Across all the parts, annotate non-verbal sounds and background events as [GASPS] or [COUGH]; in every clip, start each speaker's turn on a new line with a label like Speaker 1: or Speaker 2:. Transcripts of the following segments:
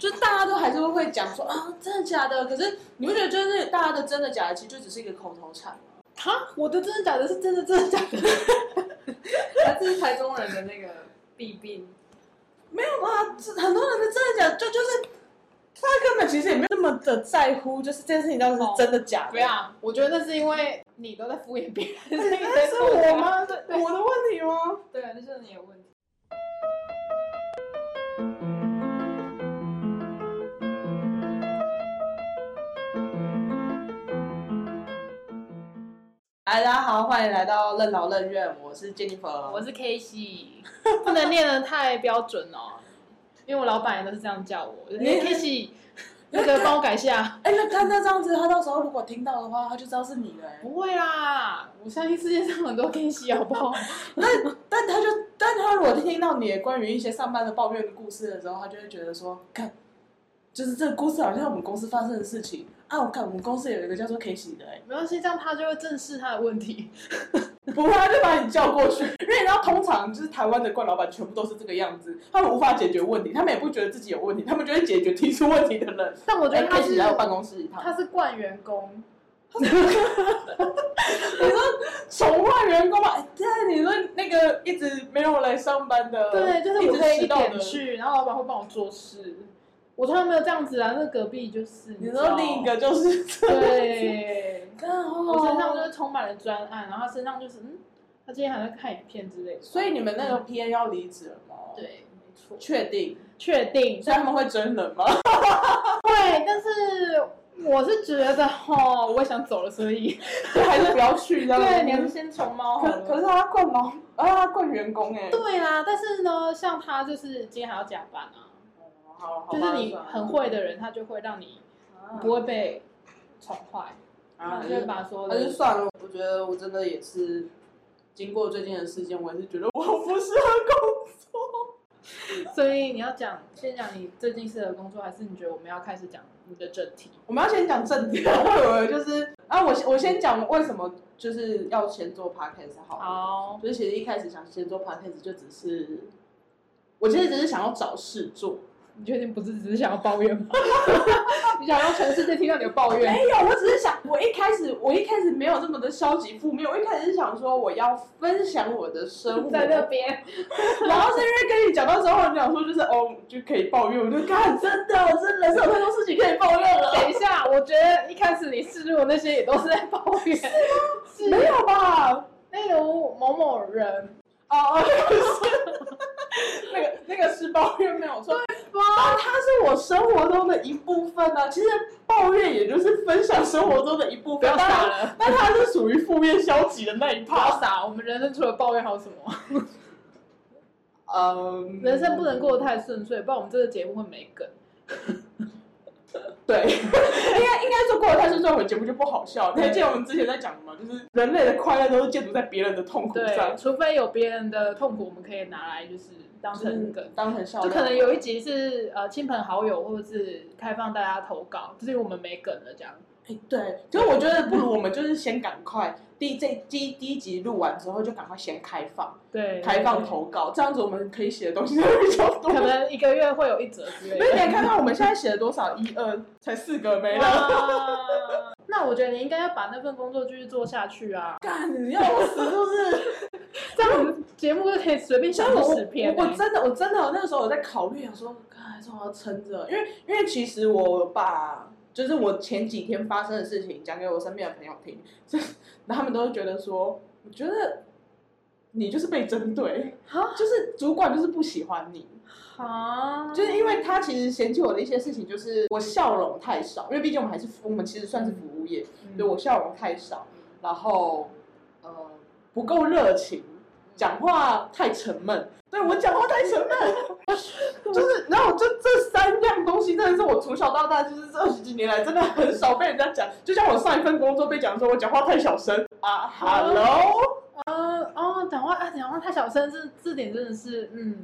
Speaker 1: 就是大家都还是会讲说啊，真的假的？可是你不觉得就是大家的真的假的，其实就只是一个口头禅吗？
Speaker 2: 哈，我的真的假的是真的真的假的，
Speaker 3: 他这是台中人的那个弊病。
Speaker 1: [LAUGHS] 没有啊，这很多人的真的假的，就就是
Speaker 2: 他根本其实也没有那么的在乎，就是这件事情到底是真的假的。
Speaker 3: 不要，啊我觉得那是因为你都在敷衍别人，
Speaker 1: 哎
Speaker 3: 所以你
Speaker 2: 那
Speaker 3: 在
Speaker 2: 是
Speaker 3: 敷衍
Speaker 2: 我？吗？ [LAUGHS] 对，我的问题吗？
Speaker 3: 对，啊那就是你的问题。
Speaker 1: 哎，大家好，欢迎来到任劳任怨，我是 Jennifer，
Speaker 3: 我是 K 系，不能念的太标准哦，因为我老板也都是这样叫我。就是
Speaker 1: 你
Speaker 3: K 系，那个帮我改一下。
Speaker 1: 哎，那他那这样子，他到时候如果听到的话，他就知道是你了、哎
Speaker 3: 不会啦，我相信世界上很多 K 系，好不好？
Speaker 1: 但但他就，但他如果听到你关于一些上班的抱怨的故事的时候，他就会觉得说，看，就是这个故事好像我们公司发生的事情啊。我看我们公司有一个叫做 K 喜的、哎， [LAUGHS]
Speaker 3: 没关系，这样他就会正视他的问题。
Speaker 1: 不会，他就把你叫过去，因为你知道，通常就是台湾的冠老板全部都是这个样子，他们无法解决问题，他们也不觉得自己有问题，他们就会解决提出问题的人。
Speaker 3: 但我觉
Speaker 1: 哎
Speaker 3: 得他
Speaker 1: K
Speaker 3: 是
Speaker 1: 喜来我办公室一趟，
Speaker 3: 他是惯员工，
Speaker 1: 宠坏员工嘛？哎对，你说那个一直没有来上班的，
Speaker 3: 对，就是我可
Speaker 1: 一
Speaker 3: 以
Speaker 1: 直迟
Speaker 3: 一
Speaker 1: 到
Speaker 3: 点
Speaker 1: 的。
Speaker 3: 去，然后老板会帮我做事。我从来没有这样子啊，那隔壁就是
Speaker 1: 你
Speaker 3: 知道
Speaker 1: 说另一个就是 [LAUGHS] 这样，
Speaker 3: 对，
Speaker 1: [LAUGHS] 看哦
Speaker 3: [LAUGHS] 我身上就是充满了专案，然后他身上就是嗯，他今天还在看影片之类的。
Speaker 1: 所以你们那个 PA 要离职了吗？，
Speaker 3: 嗯对，没错，
Speaker 1: 确定？
Speaker 3: 确定
Speaker 1: 所以他们会真人吗？
Speaker 3: 对，但是我是觉得哈，我也想走了，所以
Speaker 1: 就 [LAUGHS] 还是不要去这样？
Speaker 3: 对，你还是先宠猫好
Speaker 1: 可
Speaker 3: 了。
Speaker 1: 可是他灌老，啊，他灌员工哎、
Speaker 3: 对啦，但是呢，像他就是今天还要加班啊，
Speaker 1: 哦好好吧
Speaker 3: 就是你很会的人，他就会让你不会被宠坏，
Speaker 1: 啊，
Speaker 3: 他
Speaker 1: 还
Speaker 3: 就会
Speaker 1: 是
Speaker 3: 把所有
Speaker 1: 还是
Speaker 3: 的。
Speaker 1: 算了。我觉得我真的也是，经过最近的事件，我还是觉得我不适合工作。
Speaker 3: 所以你要讲，先讲你最近适合工作，还是你觉得我们要开始讲你的正题？
Speaker 1: 我们要先讲正题，我以为就是啊，我先我先讲为什么就是要先做 podcast 好了。
Speaker 3: 好，
Speaker 1: 就是其实一开始想先做 podcast，就只是我其实只是想要找事做。
Speaker 3: 你确定不是只是想要抱 [LAUGHS] 怨吗？你想让全世界听到你的抱怨？
Speaker 1: 没有，我只是想，我一开始我一开始没有这么的消极负面，我一开始是想说我要分享我的生活，
Speaker 3: 在那边，
Speaker 1: 然后是因为跟你讲到之后，你想说就是哦就可以抱怨，我就看真的，我真的人生有太多事情可以抱怨了。
Speaker 3: 等一下，我觉得一开始你示弱那些也都是在抱怨，是
Speaker 1: 没有吧？
Speaker 3: 例如某某人，
Speaker 1: 哦哦， [LAUGHS] 那个那个是抱怨没有错，但它是我生活中的一部分啊。其实抱怨也就是分享生活中的一部分，
Speaker 3: 不要傻
Speaker 1: 当然
Speaker 3: 了，
Speaker 1: 但它是属于负面消极的那一
Speaker 3: 不要
Speaker 1: part。
Speaker 3: 傻，我们人生除了抱怨还有什么？ [LAUGHS]
Speaker 1: 嗯，
Speaker 3: 人生不能过得太顺遂，不然我们这个节目会没 [LAUGHS] 梗。
Speaker 1: 对，应该应该说过了太顺，所以我们节目就不好笑。你还记得我们之前在讲的吗？就是人类的快乐都是建筑在别人的痛苦
Speaker 3: 对，
Speaker 1: 上，
Speaker 3: 除非有别人的痛苦，我们可以拿来就是当成梗。
Speaker 1: 当成笑
Speaker 3: 就
Speaker 1: 料。
Speaker 3: 可能有一集是呃亲朋好友或者是开放大家投稿，就是我们没梗了这样。
Speaker 1: 哎对，可是我觉得不如我们就是先赶快 [LAUGHS] 第这第一第一集录完之后就赶快先开放
Speaker 3: 对，
Speaker 1: 开放投稿，这样子我们可以写的东西会比较多
Speaker 3: 可。能一个月会有一折之类
Speaker 1: 因为
Speaker 3: 的。
Speaker 1: 你看看我们现在写了多少，一二才四个没了，
Speaker 3: 哇那我觉得你应该要把那份工作继续做下去啊，
Speaker 1: 干你要我死是不是？
Speaker 3: 这样我们节目就可以随便
Speaker 1: 所
Speaker 3: 想
Speaker 1: 以我
Speaker 3: 出十篇欸、
Speaker 1: 我我真的我真的那个时候我在考虑，想说，看这我要撑着，因为因为其实我把就是我前几天发生的事情讲给我身边的朋友听，所以然 [LAUGHS] 后他们都觉得说，我觉得你就是被针对，
Speaker 3: 哈
Speaker 1: 就是主管就是不喜欢你，
Speaker 3: 好，
Speaker 1: [LAUGHS] 就是因为他其实嫌弃我的一些事情，就是我笑容太少，因为毕竟我们还是服我们其实算是服务业，
Speaker 3: 嗯
Speaker 1: 对我笑容太少，然后呃不够热情，讲话太沉闷。对我讲话太沉 [LAUGHS] 闷，就是然后就这三样东西真的是我从小到大就是这二十几年来真的很少被人家讲。就像我上一份工作被讲说我讲话太小声啊，hello，
Speaker 3: 呃哦，讲话啊，讲话太小声，这这点真的是嗯，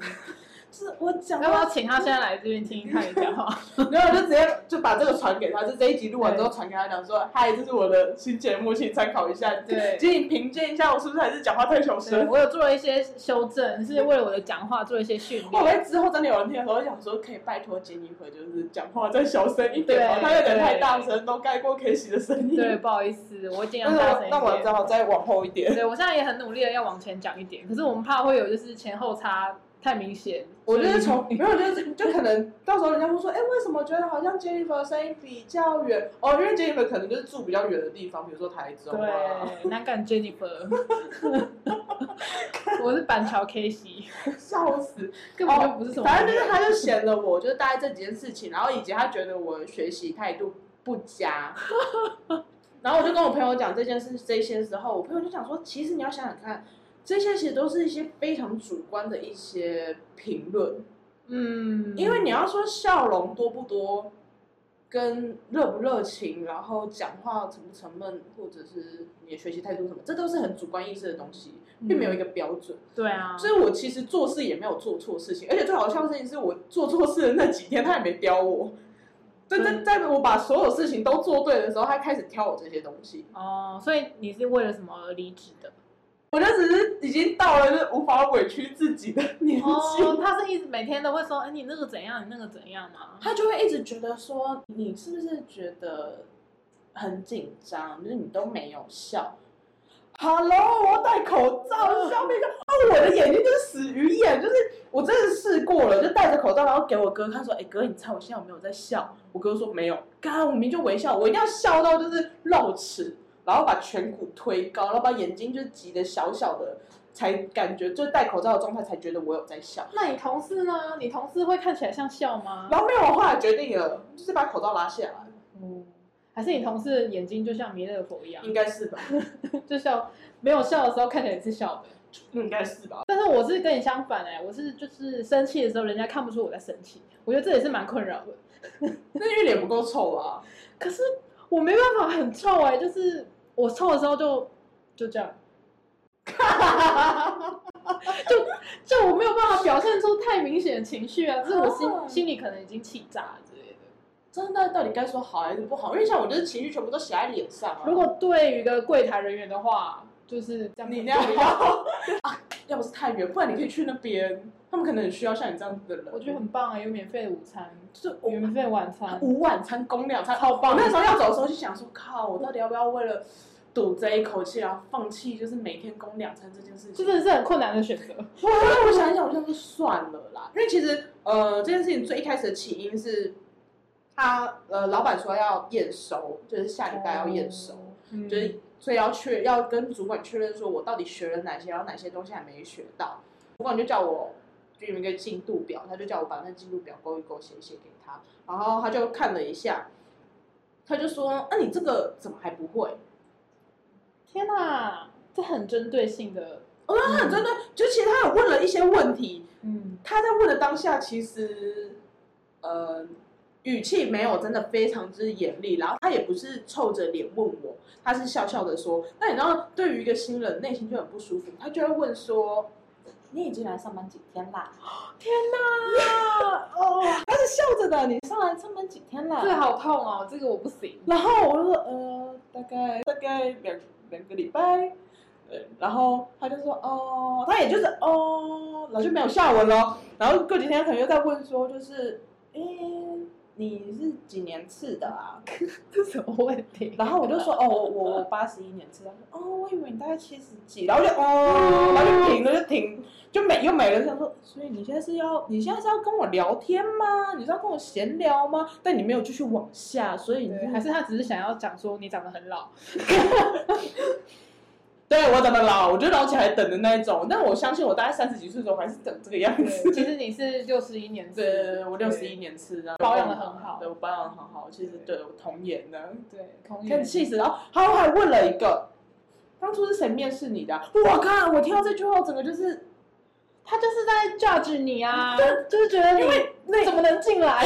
Speaker 4: 就是我讲
Speaker 3: 要不要
Speaker 1: 啊
Speaker 4: 到，
Speaker 3: 请他现在来这边听听看你讲话？
Speaker 1: 然后我就直接就把这个传给他，就这一集录完之后传给他，讲说：“嗨，这是我的新节目，请参考一下。”
Speaker 3: 对
Speaker 1: 请你评鉴一下我是不是还 [LAUGHS] 是讲话太小
Speaker 3: 对
Speaker 1: 声。
Speaker 3: 我有做一些修正，是为了我的讲话做一些训
Speaker 1: 后
Speaker 3: 练。
Speaker 1: 来之后真的有人听的时候，想说可以拜托杰尼弗，就是讲话再小声一
Speaker 3: 对
Speaker 1: 点嘛，他有点
Speaker 3: 对
Speaker 1: 太大声，都盖过 k i 的
Speaker 3: [LAUGHS]
Speaker 1: 声音。
Speaker 3: 对，不好意思，我尽
Speaker 1: 但
Speaker 3: 量
Speaker 1: 是我
Speaker 3: 大声一
Speaker 1: 那我
Speaker 3: 点
Speaker 1: 只。好再往后一点。
Speaker 3: 对，我现在也很努力的要往前讲一点，可是我们怕会有就是前后差太明显。
Speaker 1: 我就是
Speaker 3: 所以嗯
Speaker 1: 从没有，就是就可能到时候人家会说，哎、为什么觉得好像 Jennifer 的声音比较远？哦，因为 Jennifer 可能就是住比较远的地方，比如说台中啊，
Speaker 3: 对南港 [LAUGHS] Jennifer，我是板桥 K C，
Speaker 1: [LAUGHS] 笑死。
Speaker 3: 根本哦就不是什么人。
Speaker 1: 反正就是他就嫌了我，就是大概这几件事情，然后以及他觉得我学习态度不
Speaker 3: [LAUGHS]
Speaker 1: 佳，然后我就跟我朋友讲这件事这些时候，我朋友就讲说，其实你要想想看，这些其实都是一些非常主观的一些评论，
Speaker 3: 嗯，
Speaker 1: 因为你要说笑容多不多，跟热不热情，然后讲话沉不沉闷，或者是你的学习态度什么，这都是很主观意识的东西，并没
Speaker 3: 嗯
Speaker 1: 有一个标准。
Speaker 3: 对啊，
Speaker 1: 所以我其实做事也没有做错事情，而且最好笑的事情是我做错事的那几天，他也没刁我。在在
Speaker 3: 嗯
Speaker 1: 在我把所有事情都做对的时候，他开始挑我这些东西，
Speaker 3: 哦，所以你是为了什么而离职的？
Speaker 1: 我就只是已经到了就是无法委屈自己的年纪。
Speaker 3: 哦，他是一直每天都会说，哎，你那个怎样，你那个怎样吗？
Speaker 1: 他就会一直觉得说，你是不是觉得很紧张？就是你都没有笑。Hello，我要戴口罩，笑面就啊，我的眼睛就是死鱼眼，就是我真的试过了，就戴着口罩，然后给我哥看说，哎、哥，你猜我现在有没有在笑？我哥说没有，刚我明明就微笑，我一定要笑到就是露齿，然后把颧骨推高，然后把眼睛就挤得小小的，才感觉就戴口罩的状态才觉得我有在笑。
Speaker 3: 那你同事呢？你同事会看起来像笑吗？
Speaker 1: 然后没有，我后来决定了，就是把口罩拉下来，
Speaker 3: 嗯，还是你同事眼睛就像弥勒佛一样，
Speaker 1: 应该是吧。
Speaker 3: 就笑没有笑的时候看起来也是笑的。
Speaker 1: 应该是吧。
Speaker 3: 但是我是跟你相反哎、我是就是生气的时候，人家看不出我在生气，我觉得这也是蛮困扰的。
Speaker 1: 那因为脸不够臭啊，
Speaker 3: 可是我没办法很臭哎、就是我臭的时候就就这样， [LAUGHS] 就就我没有办法表现出太明显的情绪啊，就是我心、
Speaker 1: 哦
Speaker 3: 心里可能已经气炸了之类的。
Speaker 1: 真的到底该说好还是不好？因为像我就是情绪全部都写在脸上啊。
Speaker 3: 如果对于一个柜台人员的话，就是这样，
Speaker 1: 你那样要啊，要不是太远，不然你可以去那边，他们可能很需要像你这样子的人。
Speaker 3: 我觉得很棒哎、有免费的午餐，
Speaker 1: 就是
Speaker 3: 有
Speaker 1: 我
Speaker 3: 免费晚餐，
Speaker 1: 午晚餐、公两餐，
Speaker 3: 超
Speaker 1: 我
Speaker 3: 棒。
Speaker 1: 那时候要走的时候就想说，靠，我到底要不要为了赌这一口气，然后放弃就是每天供两餐这件事
Speaker 3: 这
Speaker 1: 情？
Speaker 3: 真的是很困难的选择，
Speaker 1: 我后来我想一想，我就说算了啦，因为其实呃这件事情最一开始的起因是他呃老板说要验收，就是下礼拜要验收。
Speaker 3: 嗯
Speaker 1: 就是所以要确要跟主管确认说我到底学了哪些，然后哪些东西还没学到。主管就叫我就有一个进度表，他就叫我把那进度表勾一勾写一写给他，然后他就看了一下，他就说：“那、你这个怎么还不会
Speaker 3: 天哪、这很针对性的，？”
Speaker 1: 我说：“哦很真的，就其实他有问了一些问题，
Speaker 3: 嗯，
Speaker 1: 他在问的当下，其实呃语气没有真的非常之严厉，然后他也不是臭着脸问我，他是笑笑的说。那你知道，对于一个新人，内心就很不舒服，他就会问说。你已经来上班几天啦？
Speaker 3: 天哪、哦，
Speaker 1: 他是笑着的，你上来上班几天
Speaker 3: 这个
Speaker 1: 啦？
Speaker 3: 好痛哦，这个我不
Speaker 1: [LAUGHS]
Speaker 3: 行。
Speaker 1: 然后我就说，呃，大概大概两两个礼拜，对，然后他就说，哦，他也就是哦，然后就没有下文了。然后过几天可能又在问说，就是，诶，你是几年次的啊？
Speaker 3: 这什么问题？
Speaker 1: 然后我就说，哦，我我我八十一年次。他说，哦，我以为你大概七十几，然后就哦，然后就停了，就停，就没又没了。就想说，所以你现在是要，你现在是要跟我聊天吗？你是要跟我闲聊吗？但你没有继续往下，所以
Speaker 3: 对
Speaker 1: 你
Speaker 3: 还是他只是想要讲说你长得很老，
Speaker 1: 对我等的老，我就老起来等的那一种。但我相信我大概三十几岁的时候还是等这个样子。
Speaker 3: 其实你是六十一年次，
Speaker 1: [LAUGHS] 对，我六十一年次，然后
Speaker 3: 保养得很好
Speaker 1: 对我保养得很好。其实对我童颜呢，
Speaker 3: 对，同意
Speaker 1: 看气死。然后他还问了一个，当初是谁面试你的啊、我靠！我听到这句话，我整个就是
Speaker 3: 他就是在 judge 你啊，就是觉得你
Speaker 1: 那
Speaker 3: 怎么能
Speaker 1: [LAUGHS]
Speaker 3: 进来？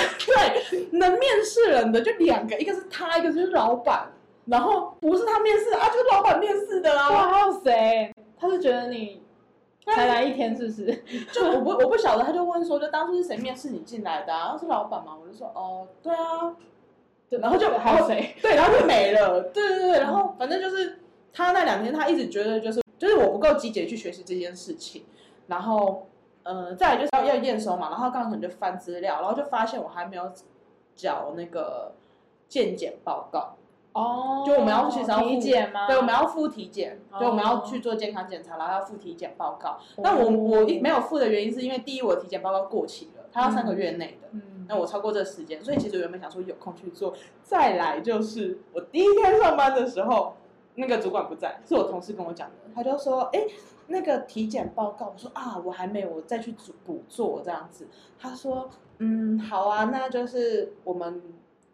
Speaker 1: 对能面试人的就两个，一个是他，一个就是老板。然后不是他面试的啊，就是老板面试的啊。
Speaker 3: 哇，还有谁？他是觉得你才来一天是不是？
Speaker 1: 就我不我不晓得，他就问说，就当初是谁面试你进来的、啊？然后是老板嘛，我就说哦，对啊，
Speaker 3: 对
Speaker 1: 然后就哦
Speaker 3: 还有谁？
Speaker 1: 对，然后就没了，对对对，然后反正就是他那两天，他一直觉得就是就是我不够积极去学习这件事情，然后呃，再来就是要要验收嘛，然后刚刚可能就翻资料，然后就发现我还没有缴那个健检报告，
Speaker 3: 哦
Speaker 1: 就我们要其实要
Speaker 3: 体检吗？
Speaker 1: 对，我们要附体检，对，我们要去做健康检查，然后要附体检报告。那
Speaker 3: 哦
Speaker 1: 我我一没有付的原因是因为第一，我体检报告过期了，它要三个月内的。
Speaker 3: 嗯，
Speaker 1: 那我超过这时间，所以其实我原本想说有空去做。再来就是我第一天上班的时候，那个主管不在，是我同事跟我讲的，他就说：“哎、那个体检报告，我说啊，我还没有，我再去补补做这样子。”他说：“嗯，好啊，那就是我们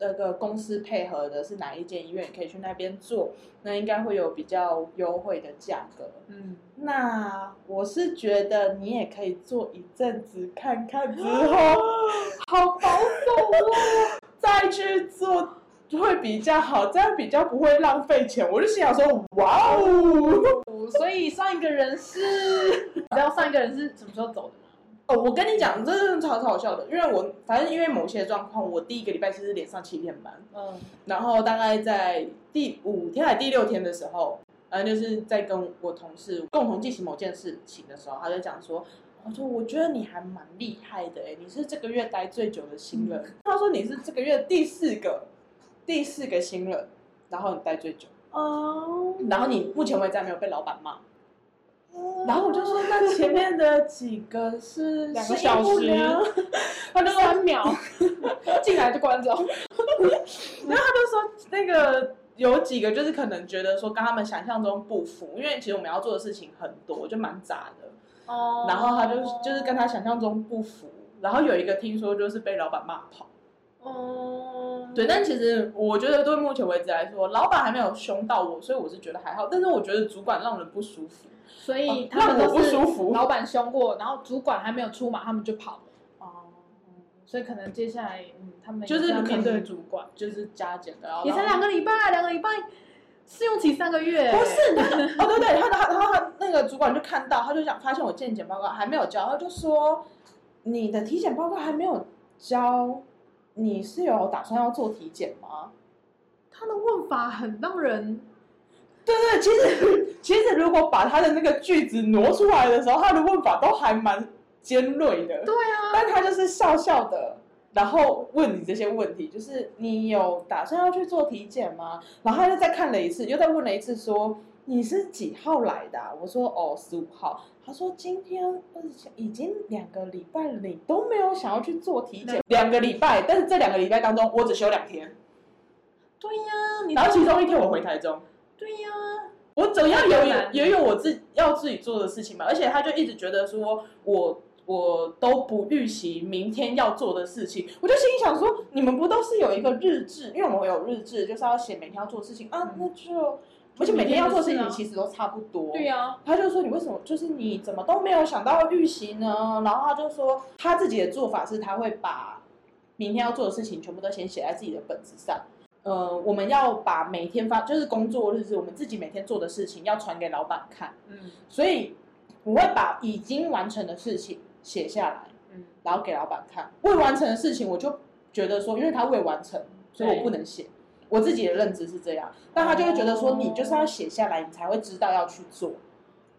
Speaker 1: 那个公司配合的是哪一间医院，你可以去那边做，那应该会有比较优惠的价格。”
Speaker 3: 嗯，
Speaker 1: 那我是觉得你也可以做一阵子看看之后，好保守哦，再去做会比较好，这样比较不会浪费钱。我就心想说，哇哦！
Speaker 3: [LAUGHS] 所以上一个人
Speaker 1: [LAUGHS]
Speaker 3: 是，你知道上一个人是什么时候走的吗？
Speaker 1: 哦，我跟你讲，这真的超超好笑的，因为我反正因为某些状况，我第一个礼拜其实连上七天班，
Speaker 3: 嗯，
Speaker 1: 然后大概在第五天还是第六天的时候，然后就是在跟我同事共同进行某件事情的时候，他就讲说。我说，我觉得你还蛮厉害的哎、你是这个月待最久的新人。他说你是这个月第四个，第四个新人，然后你待最久，
Speaker 5: 哦，
Speaker 1: 然后你目前为止还没有被老板骂。然后我就说，那前面的几个是 [LAUGHS]
Speaker 3: 两个小
Speaker 1: 适应
Speaker 3: 时
Speaker 1: 不良他就说
Speaker 3: 三 [LAUGHS] 秒进来就关走。
Speaker 1: 那个有几个就是可能觉得说跟他们想象中不符，因为其实我们要做的事情很多，就蛮杂的。
Speaker 3: 哦
Speaker 1: 然后他就就是跟他想象中不符，然后有一个听说就是被老板骂跑。
Speaker 3: 哦，
Speaker 1: 对，但其实我觉得对目前为止来说，老板还没有凶到我，所以我是觉得还好。但是我觉得主管让人不舒服。
Speaker 3: 所以
Speaker 1: 哦
Speaker 3: 他们
Speaker 1: 让我
Speaker 3: 都
Speaker 1: 不
Speaker 3: 是
Speaker 1: 舒服
Speaker 3: 老板凶过，然后主管还没有出马，他们就跑了。
Speaker 1: 哦，
Speaker 3: 所以可能接下来，嗯，他们也
Speaker 1: 就是
Speaker 3: 要
Speaker 1: 可
Speaker 3: 面
Speaker 1: 能
Speaker 3: 对主管，
Speaker 1: 就是加减的，然后
Speaker 3: 也才两个礼拜，两个礼拜试用期三个月，
Speaker 1: 不是那个哦，对对，他他他他那个主管就看到，他就想发现我健检报告还没有交，他就说你的体检报告还没有交，你是有打算要做体检吗？
Speaker 3: 他的问法很让人
Speaker 1: 对对，其实其实如果把他的那个句子挪出来的时候，他的问法都还蛮尖锐的。
Speaker 3: 对啊，
Speaker 1: 但他就是笑笑的，然后问你这些问题，就是你有打算要去做体检吗？然后他就再看了一次，又再问了一次说，你是几号来的啊、我说哦，十五号。他说今天二十七已经两个礼拜了，你都没有想要去做体检，两个礼拜，但是这两个礼拜当中，我只休两天，
Speaker 3: 对呀、你
Speaker 1: 然后其中一天我回台中。
Speaker 3: 对呀、
Speaker 1: 我总要有
Speaker 3: 太难了
Speaker 1: 也有我自己要自己做的事情嘛，而且他就一直觉得说我我都不预习明天要做的事情，我就心里想说，你们不都是有一个日志？因为我们有日志，就是要写每天要做的事情啊
Speaker 3: 嗯，
Speaker 1: 那就而且每天要做的事
Speaker 3: 每
Speaker 1: 情
Speaker 3: 天的事啊
Speaker 1: 其实都差不多。
Speaker 3: 对、呀、
Speaker 1: 他就说你为什么就是你怎么都没有想到预习呢？然后他就说他自己的做法是他会把明天要做的事情全部都先写在自己的本子上。呃，我们要把每天发就是工作日志，我们自己每天做的事情要传给老板看，
Speaker 3: 嗯
Speaker 1: 所以我会把已经完成的事情写下来，
Speaker 3: 嗯，
Speaker 1: 然后给老板看。未完成的事情，我就觉得说，因为他未完成，所以我不能写。我自己的认知是这样，但他就会觉得说，
Speaker 3: 哦
Speaker 1: 你就是要写下来，你才会知道要去做。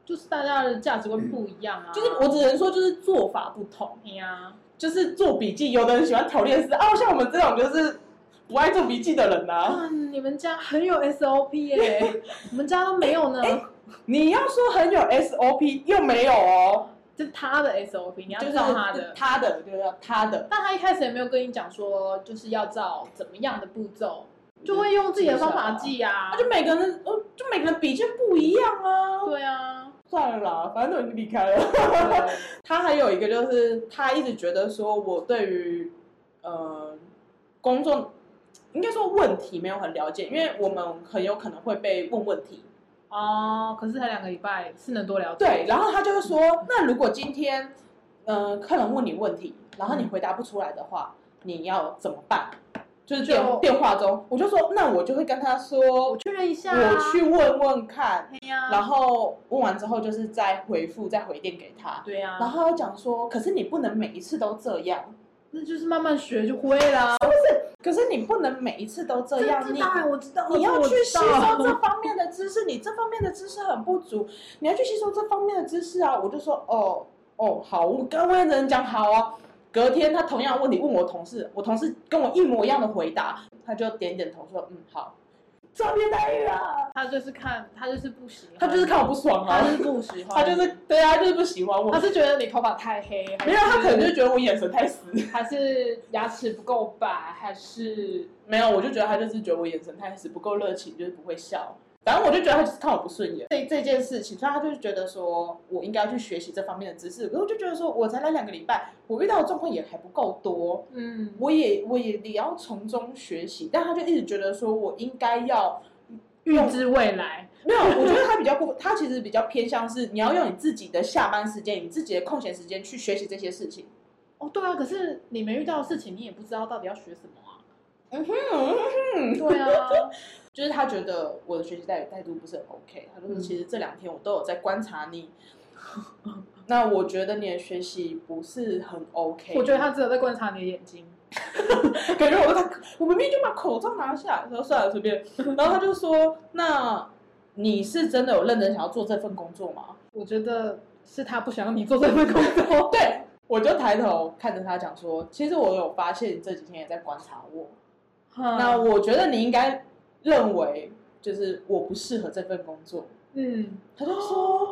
Speaker 3: 就是大家的价值观不一样啊，
Speaker 1: 就是我只能说，就是做法不同，
Speaker 3: 你呀、
Speaker 1: 就是做笔记，有的人喜欢条列式啊，像我们这种就是不爱做笔记的人
Speaker 3: 啊，
Speaker 1: 啊。
Speaker 3: 你们家很有 SOP 耶、
Speaker 1: [LAUGHS]
Speaker 3: 我们家都没有呢，
Speaker 1: 哎你要说很有 SOP，又没有哦，
Speaker 3: 这是他的 SOP，你要
Speaker 1: 就是
Speaker 3: 照他的。
Speaker 1: 他的，就是他的，
Speaker 3: 但他一开始也没有跟你讲说，就是要照怎么样的步骤，就会用自己的方法记啊
Speaker 1: 啊，。嗯就每个人，哦，就每个人笔记不一样啊。
Speaker 3: 对
Speaker 1: [LAUGHS]
Speaker 3: 啊，
Speaker 1: 算了啦，反正都已经离开了。 [LAUGHS]
Speaker 3: 对
Speaker 1: 他还有一个就是，他一直觉得说我对于呃工作，应该说问题没有很了解，因为我们很有可能会被问问题。
Speaker 3: 哦，可是才两个礼拜，是能多了解。
Speaker 1: 对，然后他就会说，那如果今天呃客人问你问题，然后你回答不出来的话，你要怎么办？
Speaker 6: 就是
Speaker 1: 就
Speaker 6: 电电话中，
Speaker 1: 我就说那我就会跟他说，
Speaker 3: 我确认一下、啊，
Speaker 1: 我去，问问看，
Speaker 3: 对呀、
Speaker 1: 然后问完之后就是再回复，再回电给他。
Speaker 3: 对呀、
Speaker 1: 然后他又讲说，可是你不能每一次都这样，
Speaker 3: 那就是慢慢学就会啦。
Speaker 1: 可是你不能每一次都这样，你
Speaker 3: 当然我知道，啊
Speaker 1: 你要
Speaker 3: 哦我
Speaker 1: 去
Speaker 3: 知
Speaker 1: 吸
Speaker 3: 道
Speaker 1: 收这方面的知识，你这方面的知识很不足，你要去吸收这方面的知识啊！我就说，哦哦，好，我跟外人讲好啊。隔天他同样的问题问我同事，我同事跟我一模一样的回答，他就点点头说，嗯，好。诈骗待遇啊！
Speaker 3: 他就是看，他就是不喜欢，
Speaker 1: 他就是看我不爽
Speaker 3: 他
Speaker 1: 啊
Speaker 3: 就，是不喜
Speaker 1: 他
Speaker 3: 欢，
Speaker 1: 就是对啊，他就是不喜欢我
Speaker 3: 他。是觉得你头发太黑，
Speaker 1: 没有，
Speaker 3: 还是
Speaker 1: 他可能就觉得我眼神太死。
Speaker 3: 还是牙齿不够白，还是
Speaker 1: 没有，我就觉得他就是觉得我眼神太死，不够热情，就是不会笑。反正我就觉得他就是看我不顺眼，这这件事情，所以他就是觉得说我应该去学习这方面的知识。可是我就觉得说，我才来两个礼拜，我遇到的状况也还不够多，
Speaker 3: 嗯，
Speaker 1: 我也我也也要从中学习。但他就一直觉得说我应该要
Speaker 3: 预知未来，
Speaker 1: 没有，我觉得他比较过，他其实比较偏向是你要用你自己的下班时间、你自己的空闲时间去学习这些事情。
Speaker 3: 哦，对啊，可是你没遇到的事情，你也不知道到底要学什么啊。
Speaker 1: 嗯 [LAUGHS]
Speaker 3: 对啊，
Speaker 1: 就是他觉得我的学习态态度不是很 OK，他就说
Speaker 3: 嗯
Speaker 1: 其实这两天我都有在观察你，那我觉得你的学习不是很 OK。
Speaker 3: 我觉得他只有在观察你的眼睛。
Speaker 1: 他感觉我在，我明明就把口罩拿下来，说算了随便。然后他就说，那你是真的有认真想要做这份工作
Speaker 3: [LAUGHS]
Speaker 1: 吗？
Speaker 3: 我觉得是他不想让你做这份工作。
Speaker 1: 对，我就抬头看着他讲说，其实我有发现你这几天也在观察我， [LAUGHS] 那
Speaker 3: 那我
Speaker 1: 我觉得你应该认为就是我不适合这份工作。
Speaker 3: 嗯，
Speaker 1: [GASPS] 他就说，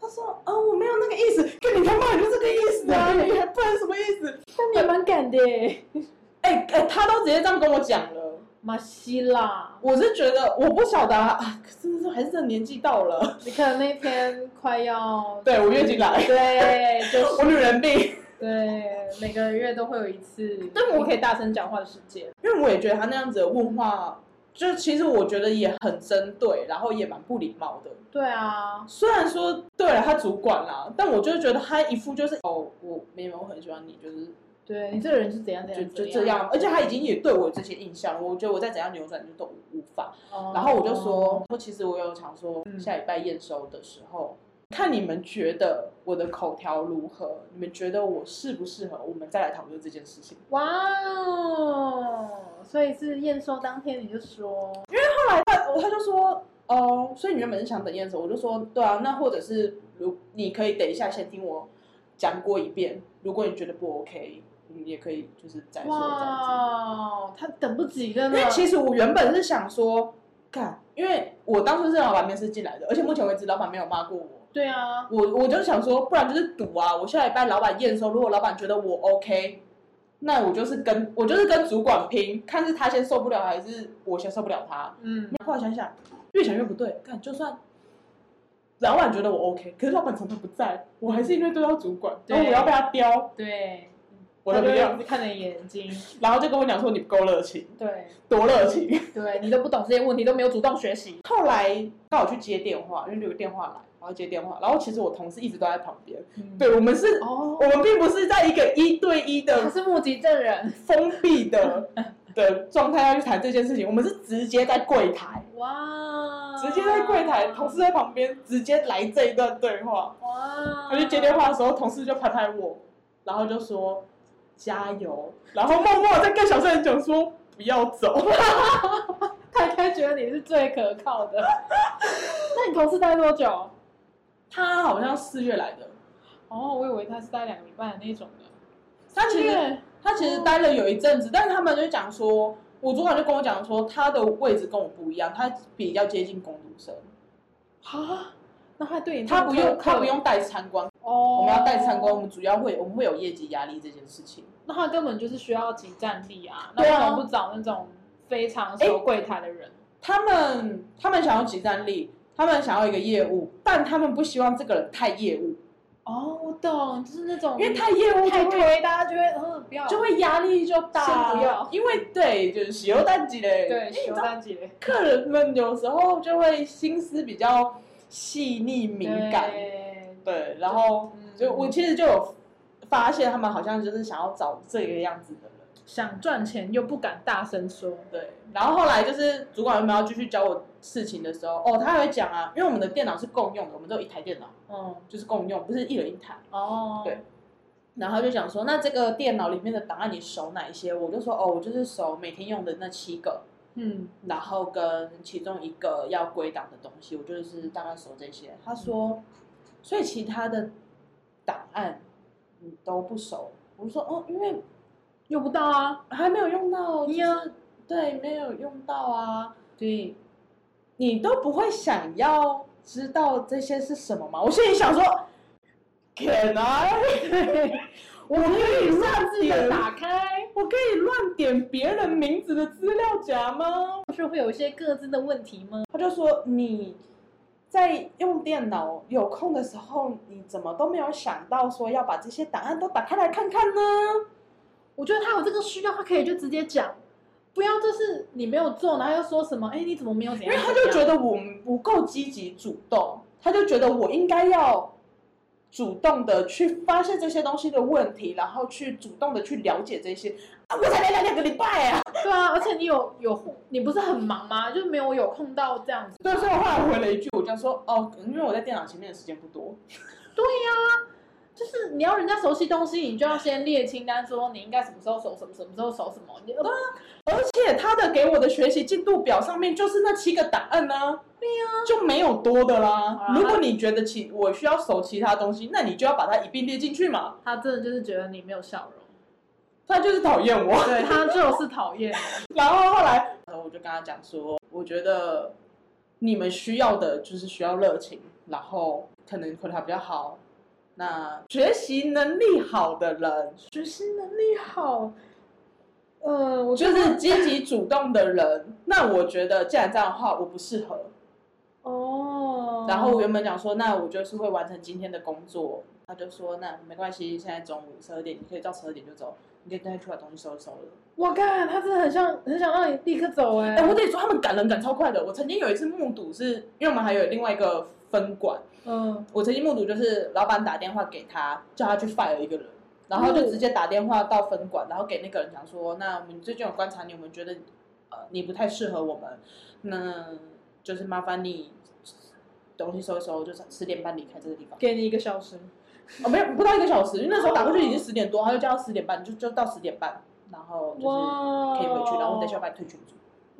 Speaker 1: 他说，啊，我没有那个意思，跟你他妈也就这个意思啊，你还不然什么意思？
Speaker 3: 但你也蛮敢的耶，
Speaker 1: 哎、哎，他都直接这样跟我讲了，
Speaker 3: 马西啦。
Speaker 1: 我是觉得我不晓得啊，啊可是还是这年纪到了， [LAUGHS]
Speaker 3: 你可能那天快要
Speaker 1: 对我月经 [LAUGHS] 来，
Speaker 3: 对，就
Speaker 1: 我女人病，
Speaker 3: 对，每个月都会有一次，
Speaker 1: [LAUGHS] 但我
Speaker 3: 可以大声讲话的时间。
Speaker 1: 因为我也觉得他那样子的问话，就其实我觉得也很针对，然后也蛮不礼貌的。
Speaker 3: 对啊，
Speaker 1: 虽然说对了，他主管啦，但我就觉得他一副就是哦，我没有，我很喜欢你，就是
Speaker 3: 对你这个人是怎样怎
Speaker 1: 就
Speaker 3: 样
Speaker 1: 就
Speaker 3: 怎
Speaker 1: 这样，而且他已经也对我有这些印象，我觉得我再怎样扭转就都无无法。
Speaker 3: 哦
Speaker 1: 然后我就说，说其实我有想说，
Speaker 3: 嗯
Speaker 1: 下礼拜验收的时候，看你们觉得我的口条如何，你们觉得我适不适合，我们再来讨论这件事情。
Speaker 3: 哇哦，所以是验收当天你就说，
Speaker 1: 后来他他就说，哦，所以你原本是想等验收，我就说，对啊，那或者是如你可以等一下先听我讲过一遍，如果你觉得不 OK，你也可以就是再说这样子。
Speaker 3: 哇，哦他等不及了
Speaker 1: 因
Speaker 3: 呢。
Speaker 1: 为其实我原本是想说，干，因为我当初是老板面试进来的，而且目前为止老板没有骂过我。
Speaker 3: 对啊，
Speaker 1: 我我就想说，不然就是赌啊！我下礼拜老板验收，如果老板觉得我 OK，那我就是跟我就是跟主管拼，看是他先受不了还是我先受不了他。
Speaker 3: 嗯，
Speaker 1: 后来想想，越想越不对，看就算老板觉得我 OK，可是老板常常不在，我还是因为对到主管，
Speaker 3: 对
Speaker 1: 然后我要被他刁，
Speaker 3: 对，
Speaker 1: 我
Speaker 3: 他
Speaker 1: 的
Speaker 3: 就
Speaker 1: 不
Speaker 3: 会一
Speaker 1: 要，
Speaker 3: 直看你眼睛，
Speaker 1: [LAUGHS] 然后就跟我讲说你不够热情，
Speaker 3: 对
Speaker 1: 多热情。
Speaker 3: 对，你都不懂这些问题，都没有主动学习。
Speaker 1: 后来刚好去接电话，因为有个电话来，然后接电话，然后其实我同事一直都在旁边，
Speaker 3: 嗯，
Speaker 1: 对我们是
Speaker 3: 哦，
Speaker 1: 我们并不是在一个一对一
Speaker 3: 他
Speaker 1: 的
Speaker 3: 是目击证人，
Speaker 1: 封闭 [LAUGHS] 的的状态要去谈这件事情，我们是直接在柜台，
Speaker 3: 哇，
Speaker 1: 直接在柜台，同事在旁边直接来这一段对话。
Speaker 3: 哇，
Speaker 1: 我去接电话的时候，同事就拍拍我，然后就说加油，然后默默在跟小声讲说不要走。
Speaker 3: 他应该觉得你是最可靠 [LAUGHS] 的。那你同事待多久？
Speaker 1: 他好像四月来的，
Speaker 3: 哦，我以为他是待两个礼拜的那种的。
Speaker 1: 他其实
Speaker 3: 对
Speaker 1: 他其实待了有一阵子，但是他们就讲说，我主管就跟我讲说，他的位置跟我不一样，他比较接近工读生。
Speaker 3: 啊，那他对你这
Speaker 1: 他
Speaker 3: 么
Speaker 1: 不用，
Speaker 3: 苛刻
Speaker 1: 他不用带参观，
Speaker 3: 哦，
Speaker 1: 我们要带参观，我们主要会我们会有业绩压力这件事情。
Speaker 3: 那他根本就是需要集战力啊，那
Speaker 1: 对啊
Speaker 3: 为什么不找那种非常熟柜台的人？
Speaker 1: 他们他们想要集战力，他们想要一个业务，但他们不希望这个人太业务，
Speaker 3: 哦，我懂，就是那种
Speaker 1: 因为太业务
Speaker 3: 太
Speaker 1: 就会
Speaker 3: 推，大家就会嗯不要，
Speaker 1: 就会压力就大，
Speaker 3: 先不要
Speaker 1: 因为对就是喜忧淡季嘞，
Speaker 3: 对
Speaker 1: 因为你
Speaker 3: 熊
Speaker 1: 知道
Speaker 3: 蛋姐
Speaker 1: 客人们有时候就会心思比较细腻敏感，
Speaker 3: 对
Speaker 1: 对，然后
Speaker 3: 嗯
Speaker 1: 就我其实就有发现他们好像就是想要找这个样子的人，
Speaker 3: 想赚钱又不敢大声说，
Speaker 1: 对，然后后来就是主管有没有继续教我事情的时候，哦，他还会讲啊，因为我们的电脑是共用的，我们都有一台电脑，
Speaker 3: 嗯，
Speaker 1: 就是共用，不是一人一台。
Speaker 3: 哦，
Speaker 1: 对然后他就讲说，那这个电脑里面的档案你熟哪一些？我就说，哦，我就是熟每天用的那七个，
Speaker 3: 嗯，
Speaker 1: 然后跟其中一个要归档的东西，我就是大概熟这些。他说，所以其他的档案你都不熟。我就说，哦，因为
Speaker 3: 用不到啊，
Speaker 1: 还没有用到，
Speaker 3: 你呀
Speaker 1: 就是对，没有用到啊。
Speaker 3: 对，
Speaker 1: 你都不会想要知道这些是什么吗？我心里想说，Can [LAUGHS] I？我可以乱
Speaker 3: 自己
Speaker 1: 点，
Speaker 3: 打开，
Speaker 1: 我可以乱点别人名字的资料夹吗？
Speaker 3: 不是会有一些各自的问题吗？
Speaker 1: 他就说你在用电脑有空的时候，你怎么都没有想到说要把这些档案都打开来看看呢？
Speaker 3: 我觉得他有这个需要，他可以就直接讲，不要就是你没有做，然后又说什么，哎，你怎么没有怎
Speaker 1: 因
Speaker 3: 样？
Speaker 1: 为他就觉
Speaker 3: 得，
Speaker 1: 得我不够积极主动，他就觉得我应该要主动的去发现这些东西的问题，然后去主动的去了解这些。啊，我才来两两个礼拜啊！
Speaker 3: 对啊，而且你有有你不是很忙吗？就没有有空到这样子，
Speaker 1: 对，所以我后来回了一句，我就说哦，因为我在电脑前面的时间不多。
Speaker 3: 就是你要人家熟悉东西，你就要先列清单，说你应该什么时候熟什么，什么时候熟什么，你哦
Speaker 1: 而且他的给我的学习进度表上面就是那七个档案呢、对呀、就没有多的啦。
Speaker 3: 啊
Speaker 1: 如果你觉得其我需要熟其他东西，那你就要把它一并列进去嘛。
Speaker 3: 他真的就是觉得你没有笑容，
Speaker 1: 他就是讨厌我。
Speaker 3: 对他就是讨厌你。
Speaker 1: 然后后来，我就跟他讲说，我觉得你们需要的就是需要热情，然后可能口条比较好，那学习能力好的人，
Speaker 3: 学习能力好，呃，我
Speaker 1: 我就是积极主动的人。那我觉得，既然这样的话，我不适合。
Speaker 3: 哦，
Speaker 1: 然后我原本讲说，那我就是会完成今天的工作。他就说，那没关系，现在中午十二点，你可以到十二点就走，你可以带去把东西收一收了。
Speaker 3: 我看他真的很像很想让你立刻走哎、
Speaker 1: 哎、我得说，他们赶人赶超快的。我曾经有一次目睹是，因为我们还有另外一个分管。
Speaker 3: 嗯，
Speaker 1: 我曾经目睹就是老板打电话给他，叫他去 fire 一个人，然后就直接打电话到分管，然后给那个人讲说，那我们最近有观察你，我们觉得呃你不太适合我们，那就是麻烦你东西收一收，就是十点半离开这个地方。
Speaker 3: 给你一个小时，
Speaker 1: 哦，没有，不到一个小时，因为那时候打过去已经十点多，他就叫到十点半，就就到十点半，然后就是
Speaker 3: 哇，
Speaker 1: 可以回去，然后我等一下把你退群组。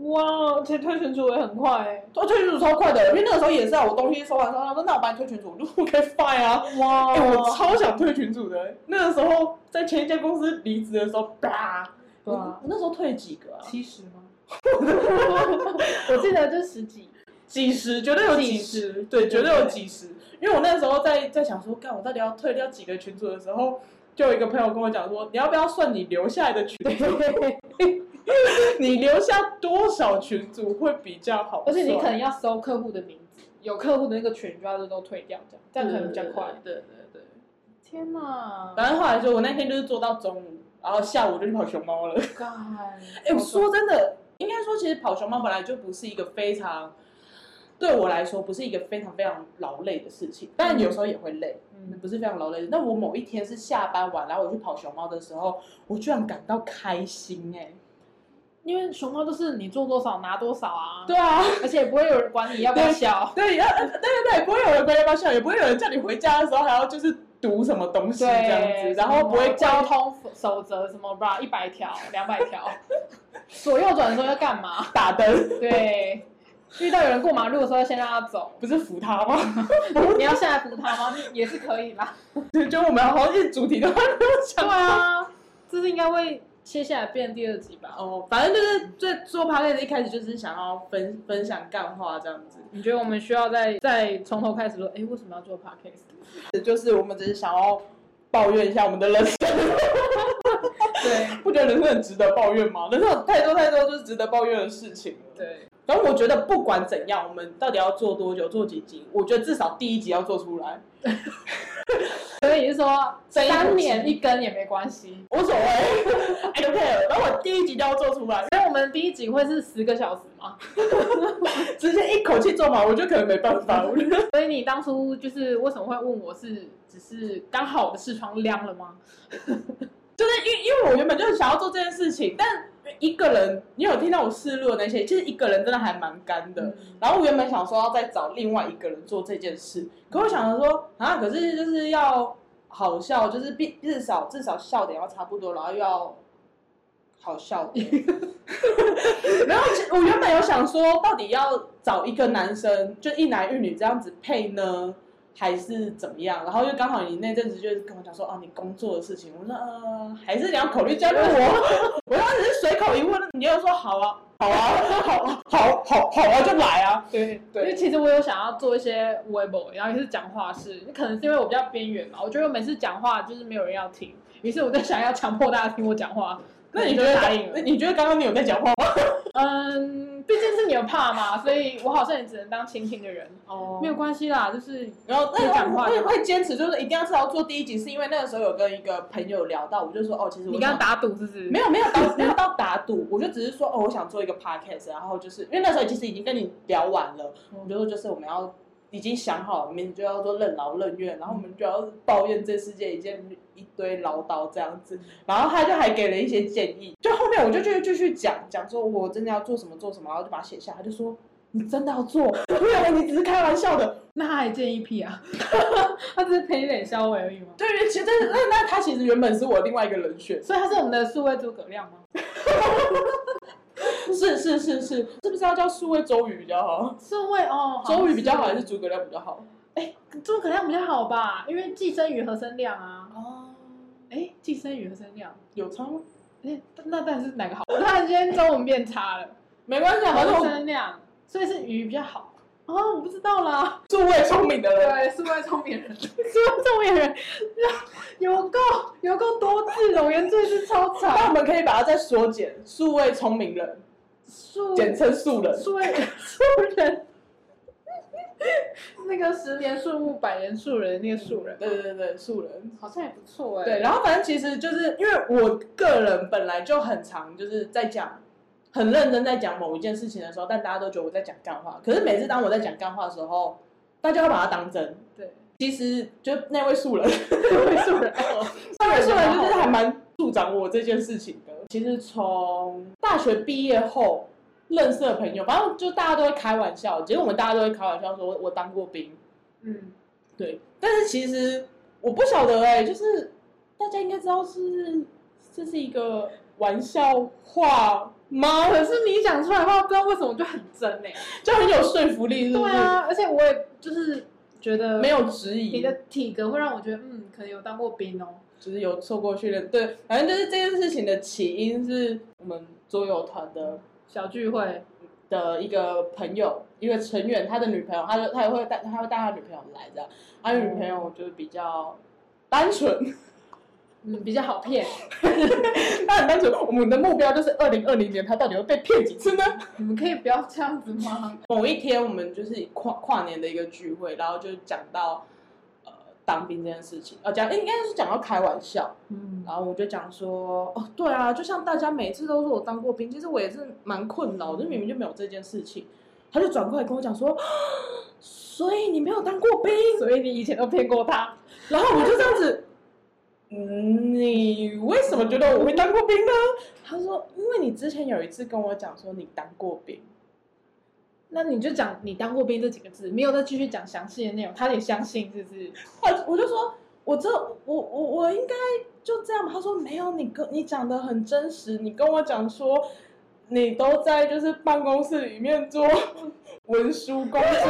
Speaker 3: 哇，其实推群组也很快哎、
Speaker 1: 哦，退群组超快的，因为那个时候也是啊，我东西收完之后，他说那我把你退群组，我就我可以 fire 啊。
Speaker 3: 哇，
Speaker 1: 哎、我超想退群组的、那个时候在前一家公司离职的时候，啪，
Speaker 3: 对啊
Speaker 1: 我，我那时候退几个啊？
Speaker 3: 七十
Speaker 1: [LAUGHS]
Speaker 3: 吗？我记得就十几，
Speaker 1: 几十，绝对有
Speaker 3: 几
Speaker 1: 几
Speaker 3: 十
Speaker 1: 十，对，绝对有几十。因为我那时候在在想说，干我到底要退掉几个群组的时候，就有一个朋友跟我讲说，你要不要算你留下来的群组？ [LAUGHS] 你留下多少群组会比较好
Speaker 3: 而
Speaker 1: 算？
Speaker 3: 且你可能要搜客户的名字，有客户的那个群就要都退掉，这样这样可能比较嗯快。
Speaker 1: 对对对对。
Speaker 3: 天哪，
Speaker 1: 反正后来就我那天就是做到中午，然后下午就去跑熊猫了。
Speaker 3: 干，
Speaker 1: 哎、我说真的，应该说，其实跑熊猫本来就不是一个非常，对我来说不是一个非常非常劳累的事情，但有时候也会累，
Speaker 3: 嗯，
Speaker 1: 不是非常劳累。那我某一天是下班晚，然后我去跑熊猫的时候，我居然感到开心哎、
Speaker 3: 因为熊猫就是你做多少拿多少啊，
Speaker 1: 对啊，
Speaker 3: 而且也不会有人管你要不要笑。
Speaker 1: 对，要对对对，不会有人关要不要笑，也不会有人叫你回家的时候还要就是读什么东西这样子，然后不会
Speaker 3: 交
Speaker 1: 叫。
Speaker 3: 通守则什么 bra 一百条、两百条，左右转的时候要干嘛？
Speaker 1: 打灯
Speaker 3: 对，遇到有人过马路的时候，先让他走。
Speaker 1: 不是扶他吗？ [LAUGHS]
Speaker 3: 你要下来扶他吗？也是可以啦。
Speaker 1: 就我们好像一主题都
Speaker 3: 对啊，这是应该会接下来变第二集吧？
Speaker 1: 哦，反正就是最做 p a r 的一开始就是想要分分享干话这样子，
Speaker 3: 你觉得我们需要再再从头开始说？哎，为什么要做 podcast？
Speaker 1: 就是我们只是想要抱怨一下我们的人生， [LAUGHS]
Speaker 3: 对
Speaker 1: 不觉得人生很值得抱怨吗？人生有太多太多就是值得抱怨的事情了。。
Speaker 3: 对，
Speaker 1: 然后我觉得不管怎样，我们到底要做多久，做几集，我觉得至少第一集要做出来，
Speaker 3: 所以是说
Speaker 1: 这一集
Speaker 3: 三年一根也没关系。
Speaker 1: 无所谓，I don't care。然后我第一集就要做出来，
Speaker 3: 所以我们第一集会是十个小时吗？
Speaker 1: 直接一口气做满，我就可能没办法。 [LAUGHS] 我觉得
Speaker 3: 所以你当初就是为什么会问我是只是刚好我的视窗亮了吗？
Speaker 1: 就是因为因为我原本就是想要做这件事情，但一个人，你有听到我试录的那些，其实一个人真的还蛮干
Speaker 3: 嗯
Speaker 1: 的。然后我原本想说要再找另外一个人做这件事，可我想着说啊，可是就是要好笑，就是必至少至少笑点要差不多，然后又要好笑的。 [LAUGHS] 然后其实我原本有想说，到底要找一个男生，就一男一女这样子配呢，还是怎么样？然后就刚好你那阵子就是跟我讲说，哦，你工作的事情，我说呃，还是你要考虑加入我。 [LAUGHS] 我当时是随口一问，你就说好啊，好啊，好啊好好好啊，就来啊。
Speaker 6: 对
Speaker 3: 因为
Speaker 6: 对，
Speaker 3: 其实我有想要做一些 Weibo，然后也是讲话式，可能是因为我比较边缘嘛，我觉得我每次讲话就是没有人要听，于是我在想要强迫大家听我讲
Speaker 1: [LAUGHS]
Speaker 3: 话，
Speaker 1: 那你觉
Speaker 3: 就
Speaker 1: 得
Speaker 3: 答应了
Speaker 1: 那。你觉得刚刚你有在讲话吗？
Speaker 3: 嗯，毕竟是你的怕嘛，所以我好像也只能当倾听的人，
Speaker 1: 哦
Speaker 3: 没有关系啦，就是
Speaker 1: 然后
Speaker 3: 你讲
Speaker 1: 那
Speaker 3: 话
Speaker 1: 我
Speaker 3: 的
Speaker 1: 也会坚持，就是一定要至少做第一集，是因为那个时候有跟一个朋友聊到，我就说哦，其实我
Speaker 3: 你跟他
Speaker 1: 想
Speaker 3: 打赌是不是？
Speaker 1: 没有没有到没有到打赌，我就只是说哦，我想做一个 podcast，然后就是因为那时候其实已经跟你聊完了，我们就说就是我们要已经想好，我们就要做任劳任怨，然后我们就要抱怨这世界一件一堆唠叨这样子，然后他就还给了一些建议，就后面我就继续继续讲讲说我真的要做什么做什么，然后就把它写下，他就说。你真的要做？ [LAUGHS] 我以为你只是开玩笑的。
Speaker 3: 那他还建议屁啊， [LAUGHS] 他只是陪你脸消委而已嘛。
Speaker 1: 对，其实那那他其实原本是我另外一个人选，
Speaker 3: 所以他是我们的数位诸葛亮吗？
Speaker 1: 是是是是，是不是要叫数位周瑜比较好？
Speaker 3: 数位哦，好像
Speaker 1: 周瑜比较好还
Speaker 3: 是
Speaker 1: 是诸葛亮比较好？
Speaker 3: 诸葛亮比较好吧？因为寄生于何生亮啊。
Speaker 1: 哦，
Speaker 3: 哎，寄生于何生亮，
Speaker 1: 有差吗？
Speaker 3: 哎，那到底是哪个好？ [LAUGHS] 我突然间中文变差了。
Speaker 1: 没关系啊，反正
Speaker 3: 何
Speaker 1: 我
Speaker 3: 生亮，所以是鱼比较好。啊、我不知道啦。
Speaker 1: 是位聪明的人。
Speaker 3: 对，数啊位聪明 [LAUGHS] 人，数位聪明人， [LAUGHS] 有够有够多字的，我原罪是超
Speaker 1: 那
Speaker 3: 长。
Speaker 1: 我们可以把它再缩减，数位聪明人，
Speaker 3: 数
Speaker 1: 简称数人。
Speaker 3: 数位数人，那个十年树木，百年树人，那个树人，
Speaker 1: 对对对，数人。
Speaker 3: 好像也不错哎、
Speaker 1: 对，然后反正其实就是因为我个人本来就很常就是在讲，很认真在讲某一件事情的时候，但大家都觉得我在讲干话。可是每次当我在讲干话的时候，大家会把它当真。
Speaker 3: 对，
Speaker 1: 其实就那位素
Speaker 3: [LAUGHS]
Speaker 1: 人，
Speaker 3: 会树人，
Speaker 1: [LAUGHS] 那位素人就是还蛮助长我这件事情的。其实从大学毕业后认识的朋友，反正就大家都会开玩笑，其实我们大家都会开玩笑说我我当过兵，
Speaker 3: 嗯，
Speaker 1: 对。但是其实我不晓得哎、就是大家应该知道是这是一个玩笑话吗？ [LAUGHS]
Speaker 3: 可是你讲出来的话，不知道为什么就很真哎、
Speaker 1: 就很有说服力，是不
Speaker 3: 对
Speaker 1: 是？
Speaker 3: 啊，而且我也就是觉得
Speaker 1: 没有质疑，
Speaker 3: 你的体格会让我觉得，嗯，可能有当过兵哦。
Speaker 1: 就是有受过训练。对，反正就是这件事情的起因是我们桌游团的
Speaker 3: 小聚会，
Speaker 1: 的一个朋友，一个成员，他的女朋友，他就他也会带，他会带他女朋友来这样。他的女朋友就是比较单纯，
Speaker 3: 嗯，比较好骗。
Speaker 1: 他很单纯。我们的目标就是二零二零年，他到底会被骗几次呢？
Speaker 3: 你们可以不要这样子吗？
Speaker 1: 某一天，我们就是跨跨年的一个聚会，然后就讲到呃当兵这件事情，呃讲应该是讲到开玩笑，
Speaker 3: 嗯，
Speaker 1: 然后我就讲说，哦，对啊，就像大家每次都说我当过兵，其实我也是蛮困扰的，就明明就没有这件事情。他就转过来跟我讲说，啊所以你没有当过兵，
Speaker 3: 所以你以前都骗过他，
Speaker 1: 然后我就这样子，嗯你为什么觉得我会当过兵呢？他说，因为你之前有一次跟我讲说你当过兵，
Speaker 3: 那你就讲你当过兵这几个字，没有再继续讲详细的内容，他也相信是不是？
Speaker 1: 他 [LAUGHS] 我就说，我这我我我应该就这样吧。他说没有，你跟你讲的很真实，你跟我讲说你都在就是办公室里面做文书工作。 [LAUGHS]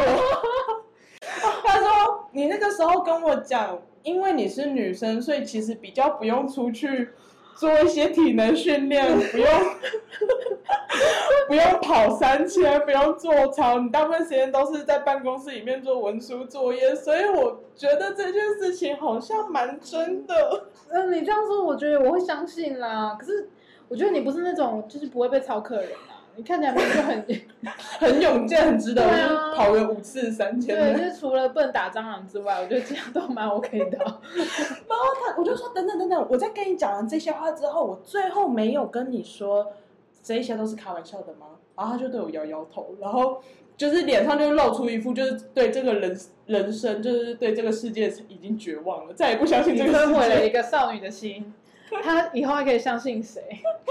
Speaker 1: 他说你那个时候跟我讲，因为你是女生，所以其实比较不用出去。做一些体能训练，不用不用跑三千，不用做操，你大部分时间都是在办公室里面做文书作业，所以我觉得这件事情好像蛮真的。
Speaker 3: 嗯，你这样说，我觉得我会相信啦。可是我觉得你不是那种就是不会被操客人啊，你看起来明明就 [LAUGHS] 很
Speaker 1: [LAUGHS] 很勇健，很值得，
Speaker 3: 对
Speaker 1: 我
Speaker 3: 啊
Speaker 1: 就跑个五次三千
Speaker 3: 对，
Speaker 1: 的
Speaker 3: 就。是除了不能打蟑螂之外，我觉得这样都蛮 OK 的。
Speaker 1: 然后他我就说等等等等，我在跟你讲完这些话之后，我最后没有跟你说这些都是开玩笑的吗？然后他就对我摇摇头，然后就是脸上就露出一副就是对这个人人生，就是对这个世界已经绝望了，再也不相信
Speaker 3: 你 [LAUGHS]
Speaker 1: 这个世
Speaker 3: 摧毁了
Speaker 1: 界。
Speaker 3: 一个少女的心，他以后还可以相信谁？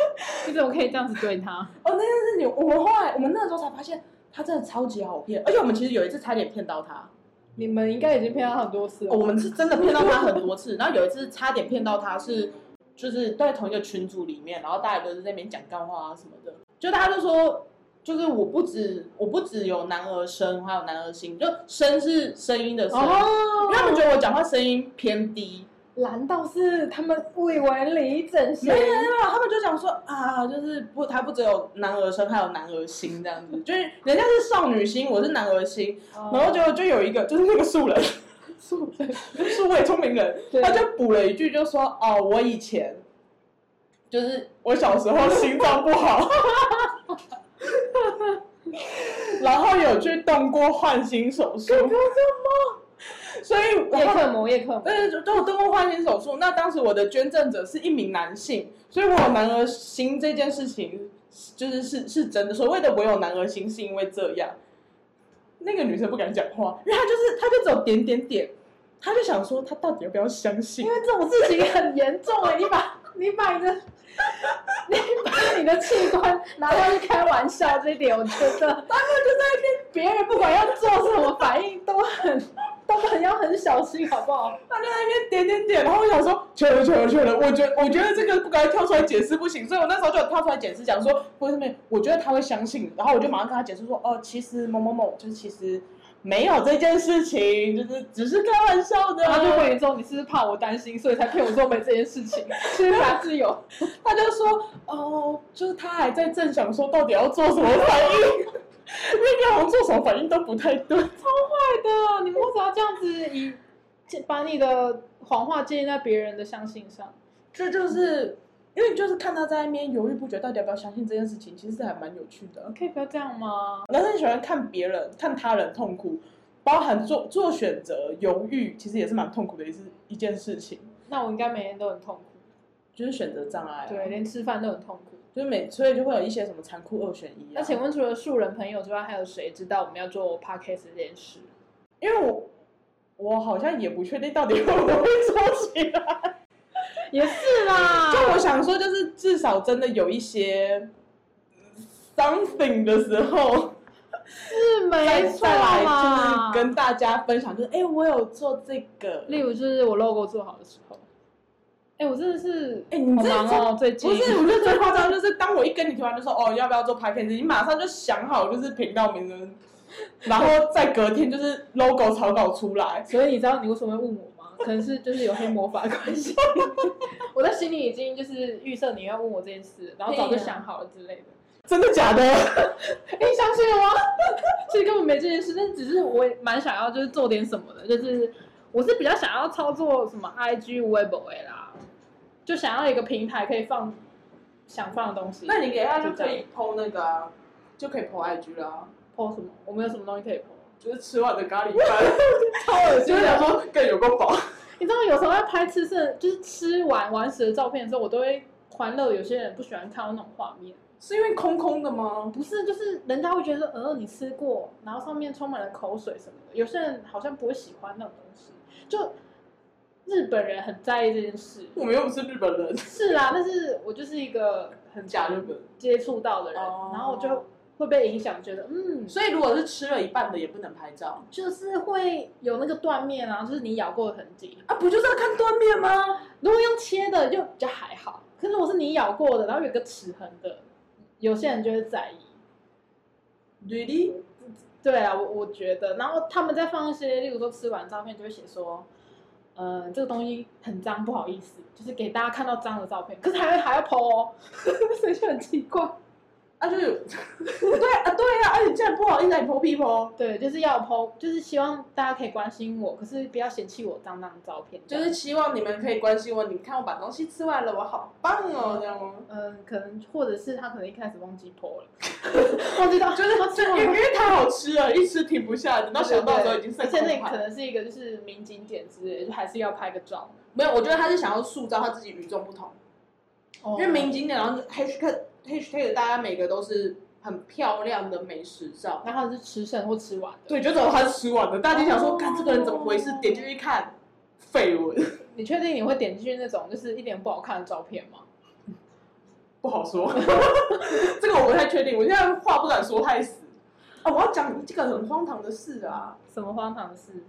Speaker 3: [LAUGHS] 你怎么可以这样子对他？
Speaker 1: 哦，那件事情，我们后来我们那时候才发现，他真的超级好骗，而且我们其实有一次差点骗到他，哦
Speaker 3: 你们应该已经骗他很多次了。
Speaker 1: 我们是真的骗到他很多次，然后有一次差点骗到他是就是在同一个群组里面，然后大家都是在那边讲干话啊什么的，就大家就说。就是我不止我不只有男儿声，还有男儿心，就声是声音的声，因
Speaker 3: 哦
Speaker 1: 为，他们觉得我讲话声音偏低，
Speaker 3: 难道是他们误以为李整
Speaker 1: 没有没有，没有他们就讲说啊，就是不，他不只有男儿身，还有男儿心这样子，就是人家是少女心，我是男儿心，
Speaker 3: 哦
Speaker 1: 然后就就有一个就是那个素人， [LAUGHS] 素人，素位聪明人，
Speaker 3: 对
Speaker 1: 他就补了一句，就说哦，我以前就是我小时候心脏不好。 [LAUGHS] 然后有去动过换心手术，所以我
Speaker 3: 叶克膜，叶克膜，
Speaker 1: 但是都有动过换心手术。那当时我的捐赠者是一名男性，所以我有男儿心这件事情，就是是是真的。所谓的我有男儿心，是因为这样。那个女生不敢讲话，因为她就是她就只有点点点，她就想说她到底要不要相信
Speaker 3: 因？为这种事情很严重哎，你把你把你的 [LAUGHS] 你把你的器官拿过去开玩笑，这一点我觉 [LAUGHS] 得
Speaker 1: 他们就在那边
Speaker 3: 别人不管要做什么反应都很都很要很小心，好不好？
Speaker 1: 他就在那边点点点，然后我想说，求了求了求了，我觉我觉得这个不该跳出来解释不行，所以我那时候就有跳出来解释，讲说为什么我觉得他会相信，然后我就马上跟他解释说，哦，其实某某某就是其实没有这件事情，就是 [LAUGHS] 只是开玩笑的，啊
Speaker 3: 然后就问你说你是不是怕我担心，所以才骗我做没这件事情，其实他是 [LAUGHS] 有。
Speaker 1: 他就说，哦，就是他还在正想说到底要做什么反应， [LAUGHS] 因为你好像做什么反应都不太对，
Speaker 3: 对啊，你们为什么要这样子以把你的谎话建立在别人的相信上？
Speaker 1: 这就是。因为就是看他在那边犹豫不决，到底要不要相信这件事情，其实还蛮有趣的。啊
Speaker 3: 可以不要这样吗？
Speaker 1: 男生喜欢看别人、看他人痛苦，包含做做选择、犹豫，其实也是蛮痛苦的一事一件事情，
Speaker 3: 那我应该每天都很痛苦，
Speaker 1: 就是选择障碍、啊。
Speaker 3: 对，，连吃饭都很痛苦。
Speaker 1: 就是每所以就会有一些什么残酷二选一、啊。
Speaker 3: 那请问除了素人朋友之外，还有谁知道我们要做 podcast 这件事？
Speaker 1: 因为我我好像也不确定到底会 [LAUGHS] 不会做起来，
Speaker 3: 也是 [LAUGHS] 啦，
Speaker 1: 就我想说，就是至少真的有一些 something 的时候。
Speaker 3: 是
Speaker 1: 再
Speaker 3: 没错
Speaker 1: 再来就
Speaker 3: 啦。
Speaker 1: 是跟大家分享，就是哎、我有做这个，
Speaker 3: 例如就是我 logo 做好的时候，哎、我真的是
Speaker 1: 哎你
Speaker 3: 好
Speaker 1: 这
Speaker 3: 忙哦，最近
Speaker 1: 不 [LAUGHS] 是，我觉得最夸张就是，当我一跟你提完就说哦要不要做 podcast，你马上就想好就是频道名称， [LAUGHS] 然后再隔天就是 logo 草稿出来。
Speaker 3: 所以你知道你为什么会问我吗？可能是就是有黑魔法的
Speaker 1: [LAUGHS]
Speaker 3: 关系。我在心里已经就是预设你要问我这件事，然后早就想好了之类的。
Speaker 1: 真的假的？ [LAUGHS]
Speaker 3: 哎、你相信了吗？其实根本没这件事，但只是我也蛮想要就是做点什么的，就是我是比较想要操作什么 IG、Weibo 啦，就想要一个平台可以放想放的东西。
Speaker 1: 那你给他就
Speaker 3: 这
Speaker 1: 可
Speaker 3: 样
Speaker 1: 以 PO 那个啊，就可以 PO IG 啦、
Speaker 3: PO 什么？我们有什么东西可以 PO？
Speaker 1: 啊就是吃完的咖喱饭， [LAUGHS] 超恶就是想说更有个饱。
Speaker 3: 你知道有时候在拍吃剩，就是吃完完食的照片的时候，我都会欢乐。有些人不喜欢看到那种画面。
Speaker 1: 是因为空空的吗？
Speaker 3: 不是，就是人家会觉得，呃，你吃过，然后上面充满了口水什么的。有些人好像不会喜欢那种东西，就日本人很在意这件事。
Speaker 1: 我们又不是日本人，
Speaker 3: 是啦，但是我就是一个很
Speaker 1: 假日 [LAUGHS] 本。
Speaker 3: 接触到的人，
Speaker 1: 哦
Speaker 3: 然后我就会被影响，觉得嗯，
Speaker 1: 所以如果是吃了一半的也不能拍照
Speaker 3: 就是会有那个断面啊，就是你咬过的痕迹。啊
Speaker 1: 啊，不就是要看断面吗？
Speaker 3: 如果用切的就比较还好，可是如果是你咬过的，然后有一个齿痕的，有些人就会在意。
Speaker 1: Really？
Speaker 3: 对啊，我我觉得，然后他们再放一些，例如说吃完照片就会写说，呃，这个东西很脏，不好意思，就是给大家看到脏的照片，可是还会还要 PO，、哦、 [LAUGHS] 所以就很奇怪。
Speaker 1: 啊，就是对啊，对啊，而且竟然不好意思，你 PO 屁 PO，
Speaker 3: 对，就是要 PO，就是希望大家可以关心我，可是不要嫌弃我脏脏的照片。这
Speaker 1: 就
Speaker 3: 样
Speaker 1: 是希望你们可以关心我。你看我把东西吃完了，我好棒哦，这样吗？
Speaker 3: 嗯、可能或者是他可能一开始忘记 PO 了， [LAUGHS] 忘记到
Speaker 1: [LAUGHS] 就是
Speaker 3: 他吃
Speaker 1: 就
Speaker 3: 完
Speaker 1: 因为因
Speaker 3: 了
Speaker 1: 为太好吃了，一吃停不下，等到想到的时候已经剩
Speaker 3: 而且
Speaker 1: 空
Speaker 3: 那可
Speaker 1: 盘。
Speaker 3: 能是一个就是名景点之类的，就还是要拍个照。
Speaker 1: 没有，我觉得他是想要塑造他自己与众不同，因为名
Speaker 3: 明，
Speaker 1: 景点，然后 hashtag hashtag 大家每个都是很漂亮的美食照。
Speaker 3: 然后是吃剩或吃完的。
Speaker 1: 对，就走他吃完的，大家就想说，
Speaker 3: 哦
Speaker 1: 看这个人怎么回事？点进去一看，
Speaker 6: 绯闻，
Speaker 3: 你确定你会点进去那种就是一点不好看的照片吗？
Speaker 6: 不好说，这个我不太确定，我现在话不敢说太死。
Speaker 1: 啊，我要讲这个很荒唐的事啊，
Speaker 3: 什么荒唐的事？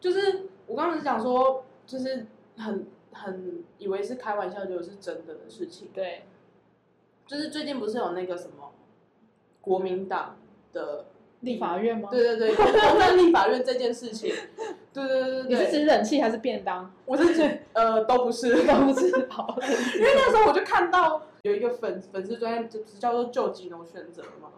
Speaker 1: 就是我刚刚是讲说，就是很很以为是开玩笑，结果是真的的事情。
Speaker 3: 对，
Speaker 1: 就是最近不是有那个什么国民党的，
Speaker 3: 立法院吗？，
Speaker 1: 对对对，公占立法院这件事情，对对对
Speaker 3: 你
Speaker 1: 对
Speaker 3: 是
Speaker 1: 对，
Speaker 3: 指冷气还是便当？
Speaker 1: 我是指呃都不是，
Speaker 3: 都是好，
Speaker 1: 因
Speaker 3: [LAUGHS]
Speaker 1: 为那时候我就看到有一个粉粉丝专业，就是叫做“救急农选择”嘛，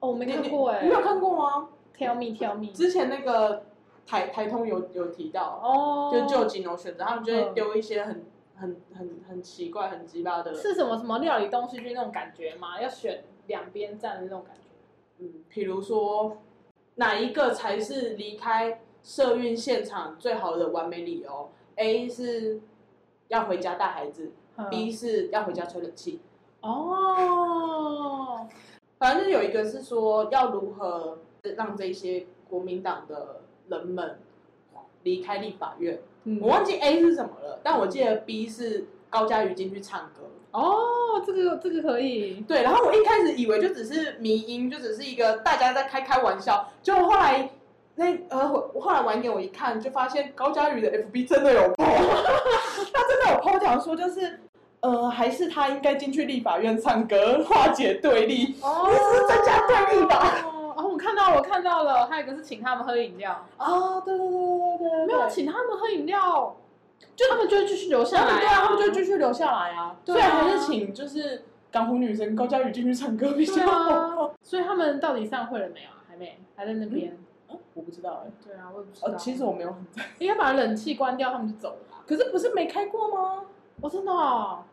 Speaker 3: 哦，我没看过哎、
Speaker 1: 你有看过吗？
Speaker 3: Tell me, tell me。
Speaker 1: 之前那个台台通有有提到，
Speaker 3: 哦，
Speaker 1: 就救急农选择，他们就会丢一些很很很很奇怪、很鸡巴的，
Speaker 3: 是什么什么料理东西剧那种感觉吗？要选两边站的那种感觉。
Speaker 1: 嗯，比如说哪一个才是离开社运现场最好的完美理由？A 是要回家带孩子
Speaker 3: 嗯
Speaker 1: ，B 是要回家吹冷气，
Speaker 3: 哦，
Speaker 1: 反正就有一个是说要如何呃让这些国民党的人们离开立法院。
Speaker 3: 嗯
Speaker 1: 我忘记 A 是什么了，但我记得 B 是高佳瑜进去唱歌。
Speaker 3: 哦，这个这个可以，
Speaker 1: 对，然后我一开始以为就只是迷音，就只是一个大家在开开玩笑，就后来那呃，我我后来晚一点我一看，就发现高佳瑜的 FB 真的有 po，他真的有 po 讲说就是呃，还是他应该进去立法院唱歌，化解对立。
Speaker 3: 哦，
Speaker 1: 是增加对立吧
Speaker 3: [LAUGHS] 哦，我看到了我看到了，还有一个是请他们喝饮料，
Speaker 1: 啊，对对对对对对，
Speaker 3: 没有请他们喝饮料，就他们就会继续留下
Speaker 1: 他
Speaker 3: 来、
Speaker 1: 们对啊，他们就继续留下来啊。
Speaker 3: 对
Speaker 1: 所
Speaker 3: 啊
Speaker 1: 以还是请就是港湖女神高佳瑜进去唱歌比
Speaker 3: 对
Speaker 1: 较好。
Speaker 3: 啊，所以他们到底散会了没有啊？还没，还在那边。
Speaker 1: 我不知道哎、
Speaker 3: 对啊，我也不知道。
Speaker 1: 呃，其实我没有很，
Speaker 3: 应该把冷气关掉，他们就走了吧？
Speaker 1: 可是不是没开过吗？
Speaker 3: 哦，真的哦，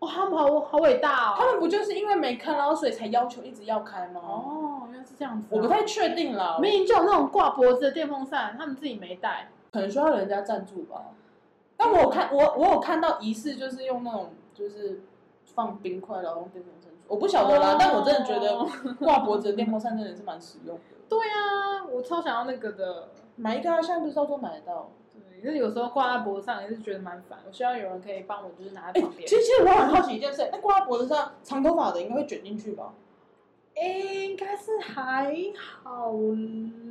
Speaker 3: 哇、他们好好伟大哦。
Speaker 1: 他们不就是因为没开，然后所以才要求一直要开吗？
Speaker 3: 哦，原来是这样子啊、
Speaker 1: 我不太确定啦，
Speaker 3: 明明就有那种挂脖子的电风扇，他们自己没带。
Speaker 1: 可能需要人家赞助吧。但我有看我我有看到疑似就是用那种就是放冰块然后用电风扇吹，我不晓得啦，
Speaker 3: 哦
Speaker 1: 但我真的觉得挂脖子的电风扇真的是蛮实用的。
Speaker 3: 对啊，我超想要那个的。
Speaker 1: 买一个啊，现在不是到处买得到。
Speaker 3: 对，那有时候挂在脖子上也是觉得蛮烦。我希望有人可以帮我，就是拿在
Speaker 1: 哎、
Speaker 3: 旁边。
Speaker 1: 其实其实我很好奇一件事，那哎挂在脖子上长头发的应该会卷进去吧？
Speaker 3: 哎、应该是还好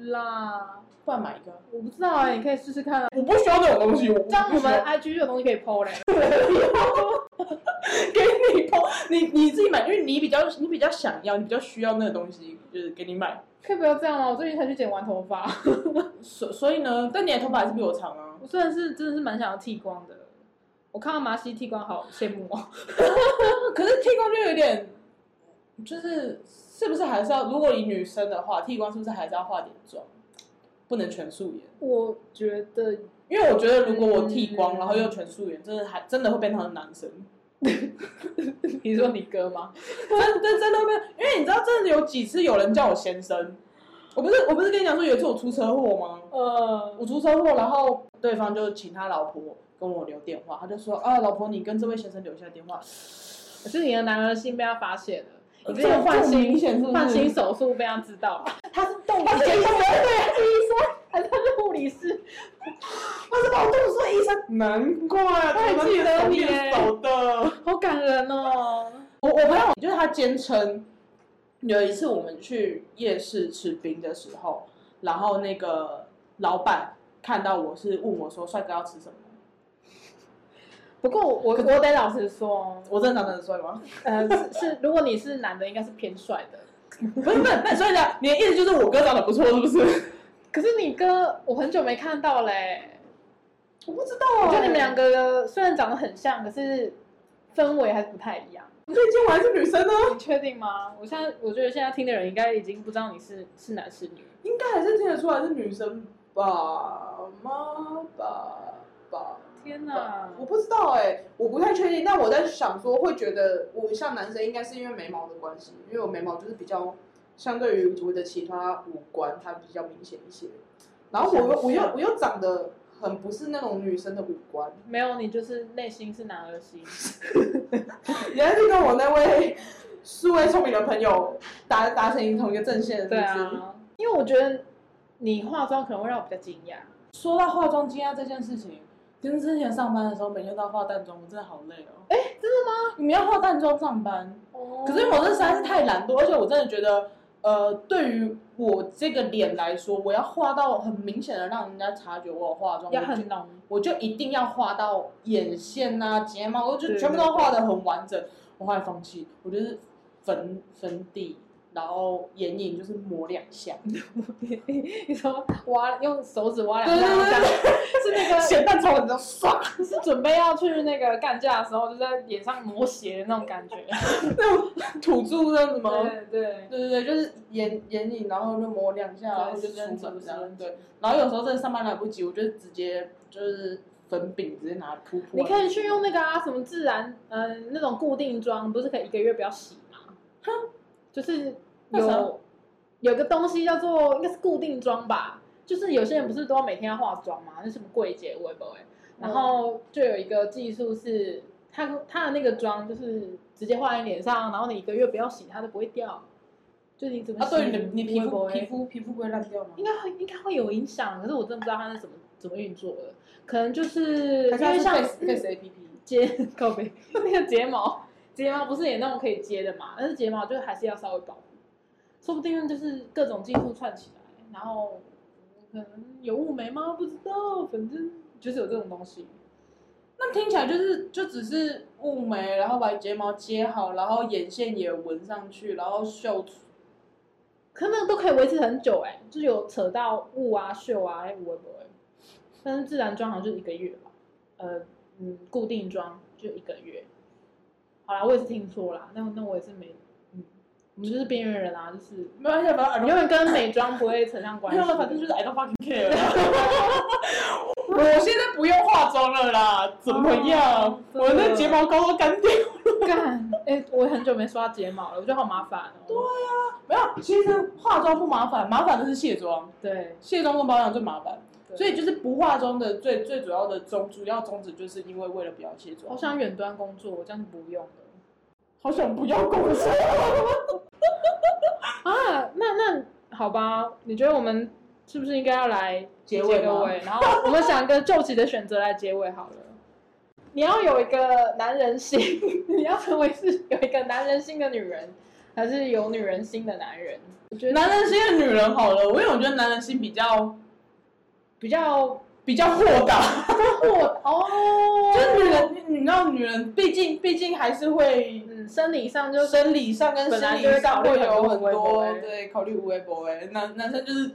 Speaker 3: 啦，
Speaker 1: 不然买一个。
Speaker 3: 我不知道哎、你可以试试看啊。
Speaker 1: 我不需要那种东西，我
Speaker 3: 这样
Speaker 1: 不
Speaker 3: 我
Speaker 1: 需要
Speaker 3: 们 IG 就有东西可以 PO 嘞。 [LAUGHS]
Speaker 1: [LAUGHS] 给你碰，你你自己买，因为你比较你比较想要，你比较需要那个东西，就是给你买。
Speaker 3: 可以不要这样啊吗？我最近才去剪完头发， [LAUGHS]
Speaker 1: 所所以呢，但你的头发还是比我长啊。
Speaker 3: 我虽然是真的是蛮想要剃光的，我看到麻西剃光好羡慕哦。 [LAUGHS]
Speaker 1: 可是剃光就有点，就是是不是还是要，如果以女生的话，剃光是不是还是要化点妆，不能全素颜？
Speaker 3: 我觉得
Speaker 1: 因为我觉得如果我剃光，
Speaker 3: 嗯
Speaker 1: 然后又全素颜，真的还真的会变成男生。 [LAUGHS]
Speaker 3: 你说你哥吗？
Speaker 1: 真真真的会，因为你知道，真的有几次有人叫我先生，我不是我不是跟你讲说有一次我出车祸吗？
Speaker 3: 呃，
Speaker 1: 我出车祸，然后对方就请他老婆跟我留电话，他就说啊，老婆你跟这位先生留下电话，
Speaker 3: 可是你的男儿心被他发现了，你之
Speaker 1: 这
Speaker 3: 前
Speaker 1: 么
Speaker 3: 换
Speaker 1: 呃这么明显是
Speaker 3: 心
Speaker 1: 不是
Speaker 3: 换心手术被他知道了， [LAUGHS]
Speaker 1: 他是动
Speaker 3: 他是医生
Speaker 1: 医生，
Speaker 3: 还是他是护理师？
Speaker 1: 他是把我动手术的医生，难怪啊
Speaker 3: 还
Speaker 1: 他
Speaker 3: 记得你耶
Speaker 1: 手的。
Speaker 3: 好感人哦！
Speaker 1: 我我朋友就是他坚称，有一次我们去夜市吃冰的时候，然后那个老板看到我是问我说帅哥要吃什么，
Speaker 3: 不过我我得老实说，哦
Speaker 1: 我真的长得很帅吗？
Speaker 3: 呃，是是，如果你是男的，应该是偏帅的。
Speaker 1: [LAUGHS] 不是不是，那所以呢，你的意思就是我哥长得不错是不是？
Speaker 3: 可是你哥，我很久没看到嘞。
Speaker 1: 我不知道啊
Speaker 3: 我觉得你们两个虽然长得很像，可是氛围还是不太一样。
Speaker 1: 最近我还是女生呢，
Speaker 3: 你确定吗？我现在我觉得现在听的人应该已经不知道你是是男是女。
Speaker 1: 应该还是听得出来是女生吧？妈吧吧，
Speaker 3: 天哪！
Speaker 1: 我不知道哎、我不太确定。但我在想说，会觉得我像男生，应该是因为眉毛的关系，因为我眉毛就是比较相对于我的其他五官，它比较明显一些。然后我
Speaker 3: 啊
Speaker 1: 又我又我又长得很不是那种女生的五官，
Speaker 3: 没有，你就是内心是男儿心。
Speaker 1: 原来是跟我那位数位聪明的朋友达达成同一个阵线，是不
Speaker 3: 对
Speaker 1: 是？
Speaker 3: 啊，因为我觉得你化妆可能会让我比较惊讶。
Speaker 1: 说到化妆惊讶这件事情，跟之前上班的时候，每天都要化淡妆，我真的好累哦。哎、真的吗？你们要化淡妆上班？
Speaker 3: 哦
Speaker 1: 可是我这实在是太懒惰，而且我真的觉得，呃，对于我这个脸来说，我要画到很明显的让人家察觉我有化妆，
Speaker 3: 要
Speaker 1: 我就
Speaker 3: 很浓，
Speaker 1: 我就一定要画到眼线啊、睫毛，我就
Speaker 3: 对
Speaker 1: 全部都画的很完整。我后来放弃，我就是粉粉底，然后眼影就是抹两 [LAUGHS] 下，
Speaker 3: [LAUGHS] 你说挖用手指挖
Speaker 1: 对
Speaker 3: 两下，
Speaker 1: 对对
Speaker 3: 这样 [LAUGHS] 是那个
Speaker 1: 咸蛋超人，你知道爽。
Speaker 3: 是准备要去那个干架的时候，就在脸上抹血的那种感觉。
Speaker 1: 土著这样子吗？
Speaker 3: 对啊对
Speaker 1: 对对对，就是眼眼影，然后就抹两下，然后就
Speaker 3: 对
Speaker 1: 出
Speaker 3: 十分钟
Speaker 1: 门这样。
Speaker 3: 十分钟
Speaker 1: 对，然后有时候真的上班来不及，我就直接就是粉饼直接拿来扑扑。
Speaker 3: 你可以去用那个啊，什么自然，嗯、那种固定妆，不是可以一个月不要洗吗？就是
Speaker 1: 那啥
Speaker 3: 有有个东西叫做应该是固定妆吧，就是有些人不是都要每天要化妆吗？那什么柜姐会不会？欸
Speaker 1: 嗯
Speaker 3: 然后就有一个技术是，它它的那个妆就是直接画在脸上，然后你一个月不要洗，它都不会掉。就你怎么
Speaker 1: 啊，
Speaker 3: 洗、
Speaker 1: 对，你的你皮
Speaker 3: 会不
Speaker 1: 肤
Speaker 3: 会
Speaker 1: 皮肤皮肤不会烂掉吗？
Speaker 3: 应该会应该会有影响，可是我真的不知道它是怎么怎么运作的，可能就是因为 [LAUGHS] 像
Speaker 1: Face Face A P P，
Speaker 3: 接告别那个睫毛，睫毛不是也那种可以接的嘛？但是睫毛就还是要稍微保护，说不定就是各种技术串起来，然后可能有雾眉吗？不知道，反正就是有这种东西。
Speaker 1: 那听起来就是就只是雾眉，然后把睫毛接好，然后眼线也纹上去，然后秀出。
Speaker 3: 可能都可以维持很久哎、就是有扯到雾啊、秀啊，还有微博哎。但是自然妆好像就一个月吧，呃，嗯，固定妆就一个月。好啦，我也是听说啦，那那我也是没，嗯，我们就是边缘人啊，就是
Speaker 1: 没关系，反正 I
Speaker 3: 永
Speaker 1: don't
Speaker 3: 远跟美妆不会扯上关
Speaker 1: 没
Speaker 3: 系。
Speaker 1: 有了，反正就是 I don't fucking care 我现在不用化妆了啦， [LAUGHS] 怎么样？
Speaker 3: 哦真的
Speaker 1: 我那 [LAUGHS]
Speaker 3: [LAUGHS]
Speaker 1: 睫毛膏都干掉。
Speaker 3: 干，哎、我很久没刷睫毛了，我觉得好麻烦哦、
Speaker 1: 没有，其实化妆不麻烦，麻烦的是卸妆，
Speaker 3: 对
Speaker 1: 卸妆跟保养最麻烦。
Speaker 3: 对，
Speaker 1: 所以就是不化妆的最最主要的宗主要宗旨，就是因为为了不要卸妆
Speaker 3: 我。想远端工作，我这样是不用的。
Speaker 1: 好想不要工作。
Speaker 3: 啊，那那好吧，你觉得我们是不是应该要来
Speaker 1: 结尾
Speaker 3: 尾个
Speaker 1: 吗
Speaker 3: 尾？然后我们想一个救急的选择来结尾好了。你要有一个男人心， [LAUGHS] 你要成为是有一个男人心的女人，还是有女人心的男人？我觉得
Speaker 1: 男人心的女人好了，因为我觉得男人心比较 [LAUGHS]
Speaker 3: 比较
Speaker 1: 比较豁
Speaker 3: [LAUGHS]
Speaker 1: 达，
Speaker 3: 豁哦，
Speaker 1: 就是女人，你你知道女人，毕竟毕竟还是会
Speaker 3: 嗯，生理上就是
Speaker 1: 生理上跟心理上会有很多
Speaker 3: 欸
Speaker 1: 对考虑无微博哎，男男生就是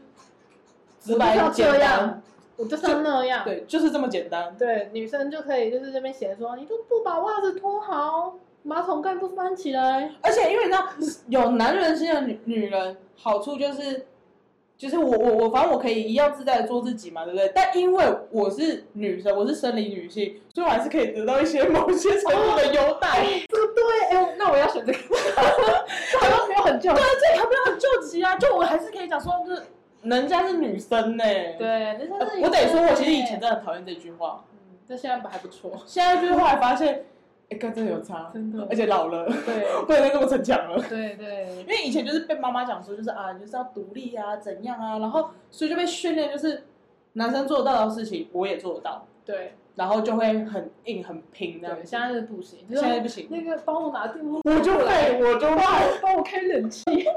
Speaker 1: 直白
Speaker 3: 我就是要
Speaker 1: 简
Speaker 3: 这
Speaker 1: 单
Speaker 3: 样，我就是要那样，
Speaker 1: 对，就是这么简单。
Speaker 3: 对，女生就可以就是这边写说，你都不把袜子脱好，马桶盖不翻起来，
Speaker 1: 而且因为你知道，有男人心的女女人，好处就是，就是我我我，反正我可以一样自在的做自己嘛，对不对？但因为我是女生，我是生理女性，所以我还是可以得到一些某些程度的优待。
Speaker 3: 对，哎、那我要选
Speaker 1: [LAUGHS]
Speaker 3: 这个，好像没有很旧。
Speaker 1: 对啊，这还没有很救急啊，就我还是可以讲说，就是人家是女生呢、
Speaker 3: 对，啊
Speaker 1: 呃。
Speaker 3: 人家是、
Speaker 1: 我得说，我其实以前真，的很讨厌这句话，
Speaker 3: 嗯，但现在还不错，
Speaker 1: 现在就是后来发现，哎、跟真的有差，
Speaker 3: 真的
Speaker 1: 而且老了，
Speaker 3: 呃对
Speaker 1: 不能再这么逞强了。
Speaker 3: 对对
Speaker 1: 因为以前就是被妈妈讲说，就是啊，你就是要独立啊，怎样啊，然后所以就被训练，就是男生做得到的事情我也做得到，
Speaker 3: 对
Speaker 1: 然后就会很硬很拼这样
Speaker 3: 对，
Speaker 1: 子。
Speaker 3: 现在是不行，就
Speaker 1: 现在
Speaker 3: 是
Speaker 1: 不行，
Speaker 3: 那个帮我拿电风
Speaker 1: 我就
Speaker 3: 过来
Speaker 1: 会，我就会。
Speaker 3: 帮我开冷
Speaker 1: [LAUGHS]
Speaker 3: 气，可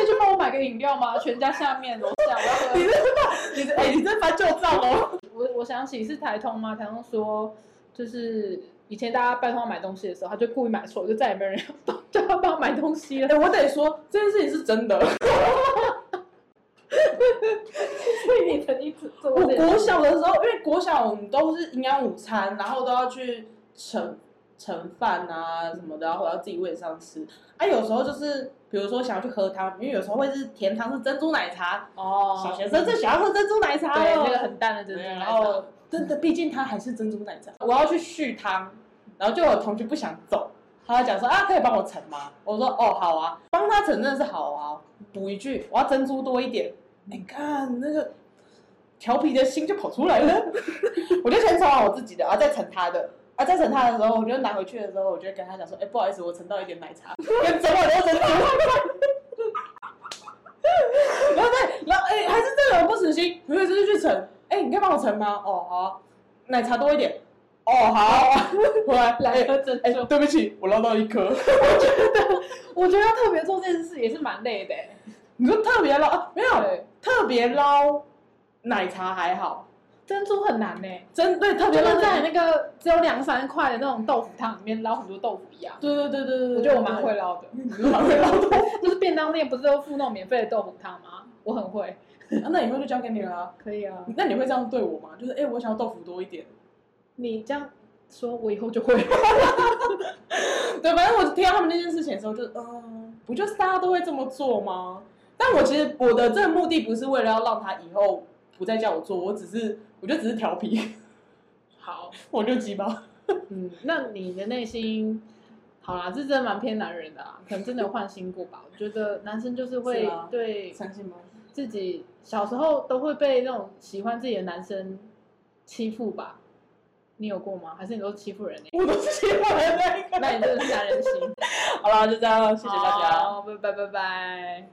Speaker 3: 以去帮我买个饮料吗？全家下面楼下，我要喝
Speaker 1: 你你这哎、你这翻旧账哦。
Speaker 3: 我我想起是台通吗？台通说，就是以前大家拜托他买东西的时候，他就故意买错，就再也没有人要叫他帮 [LAUGHS] 他买东西了
Speaker 1: 哎、。我得说这件事情是真的。
Speaker 3: [LAUGHS] 所以你曾经做做
Speaker 1: 我
Speaker 3: 过这件
Speaker 1: 国
Speaker 3: 事
Speaker 1: 小的时候，因为国小我们都是营养午餐，然后都要去盛盛饭啊什么的，然后要自己喂上吃。啊，有时候就是比如说想要去喝汤，因为有时候会是甜汤是珍珠奶茶，
Speaker 3: 哦，
Speaker 1: 小学生最喜欢喝珍珠奶茶
Speaker 3: 对
Speaker 1: 了，
Speaker 3: 那个很淡的珍珠
Speaker 1: 对
Speaker 3: 奶
Speaker 1: 然
Speaker 3: 茶，
Speaker 1: 后真的，毕竟它还是珍珠奶茶。我要去续汤，然后就有同学不想走，他就讲说啊，可以帮我盛吗？我说哦，好啊，帮他盛真的是好啊。补一句，我要珍珠多一点。你、看那个调皮的心就跑出来了， [LAUGHS] 我就先盛完我自己的，然后再盛他的。啊，再盛他的时候，我就拿回去的时候，我就跟他讲说，哎、不好意思，我盛到一点奶茶， [LAUGHS] 跟整碗都珍珠。然后再，然后哎、还是真的有不死心，有一次就去盛，哎、你可以帮我盛吗？哦，好啊、奶茶多一点。哦，好， [LAUGHS] 回来
Speaker 3: 来
Speaker 1: 哎
Speaker 3: 喝珍
Speaker 1: 哎、
Speaker 3: 珠。
Speaker 1: 对不起，我捞到一颗。
Speaker 3: 我觉得要特别做这件事也是蛮累的、欸。
Speaker 1: 你说特别捞、啊，没有
Speaker 3: 对，
Speaker 1: 特别捞奶茶还好，
Speaker 3: 珍珠很难呢、欸，
Speaker 1: 真对特
Speaker 3: 就
Speaker 1: 别
Speaker 3: 跟
Speaker 1: 捞
Speaker 3: 在那个只有两三块的那种豆腐汤里面捞很多豆腐一样。
Speaker 1: 对对对对对，对
Speaker 3: 我觉得我蛮会，捞的，
Speaker 1: 你是蛮会捞的。
Speaker 3: 就是便当店不是都附那种免费的豆腐汤吗？我很会，
Speaker 1: 啊那以后就交给你了啊、
Speaker 3: 可以啊。
Speaker 1: 那你会这样对我吗？就是哎、我想要豆腐多一点。 [LAUGHS]
Speaker 3: 你这样说，我以后就会。
Speaker 1: 对，反正我听到他们那件事情的时候就，嗯，不就是大家都会这么做吗？但我其实我的这个目的不是为了要让他以后不再叫我做，我只是我就只是调皮， [LAUGHS]
Speaker 3: 好，
Speaker 1: 我就鸡巴。
Speaker 3: 嗯，那你的内心，好啦，这真的蛮偏男人的啊，可能真的有换心过吧。我觉得男生就是会
Speaker 1: 是啊
Speaker 3: 对
Speaker 1: 相信吗？
Speaker 3: 自己小时候都会被那种喜欢自己的男生欺负吧。你有过吗？还是你都欺
Speaker 1: [LAUGHS]
Speaker 3: 负人、欸？
Speaker 1: [LAUGHS] 我都是喜欢的那一个。
Speaker 3: 那 [LAUGHS] 你真的是男人心。
Speaker 1: 好了，就这样，谢谢大家。
Speaker 3: 好，拜拜拜拜。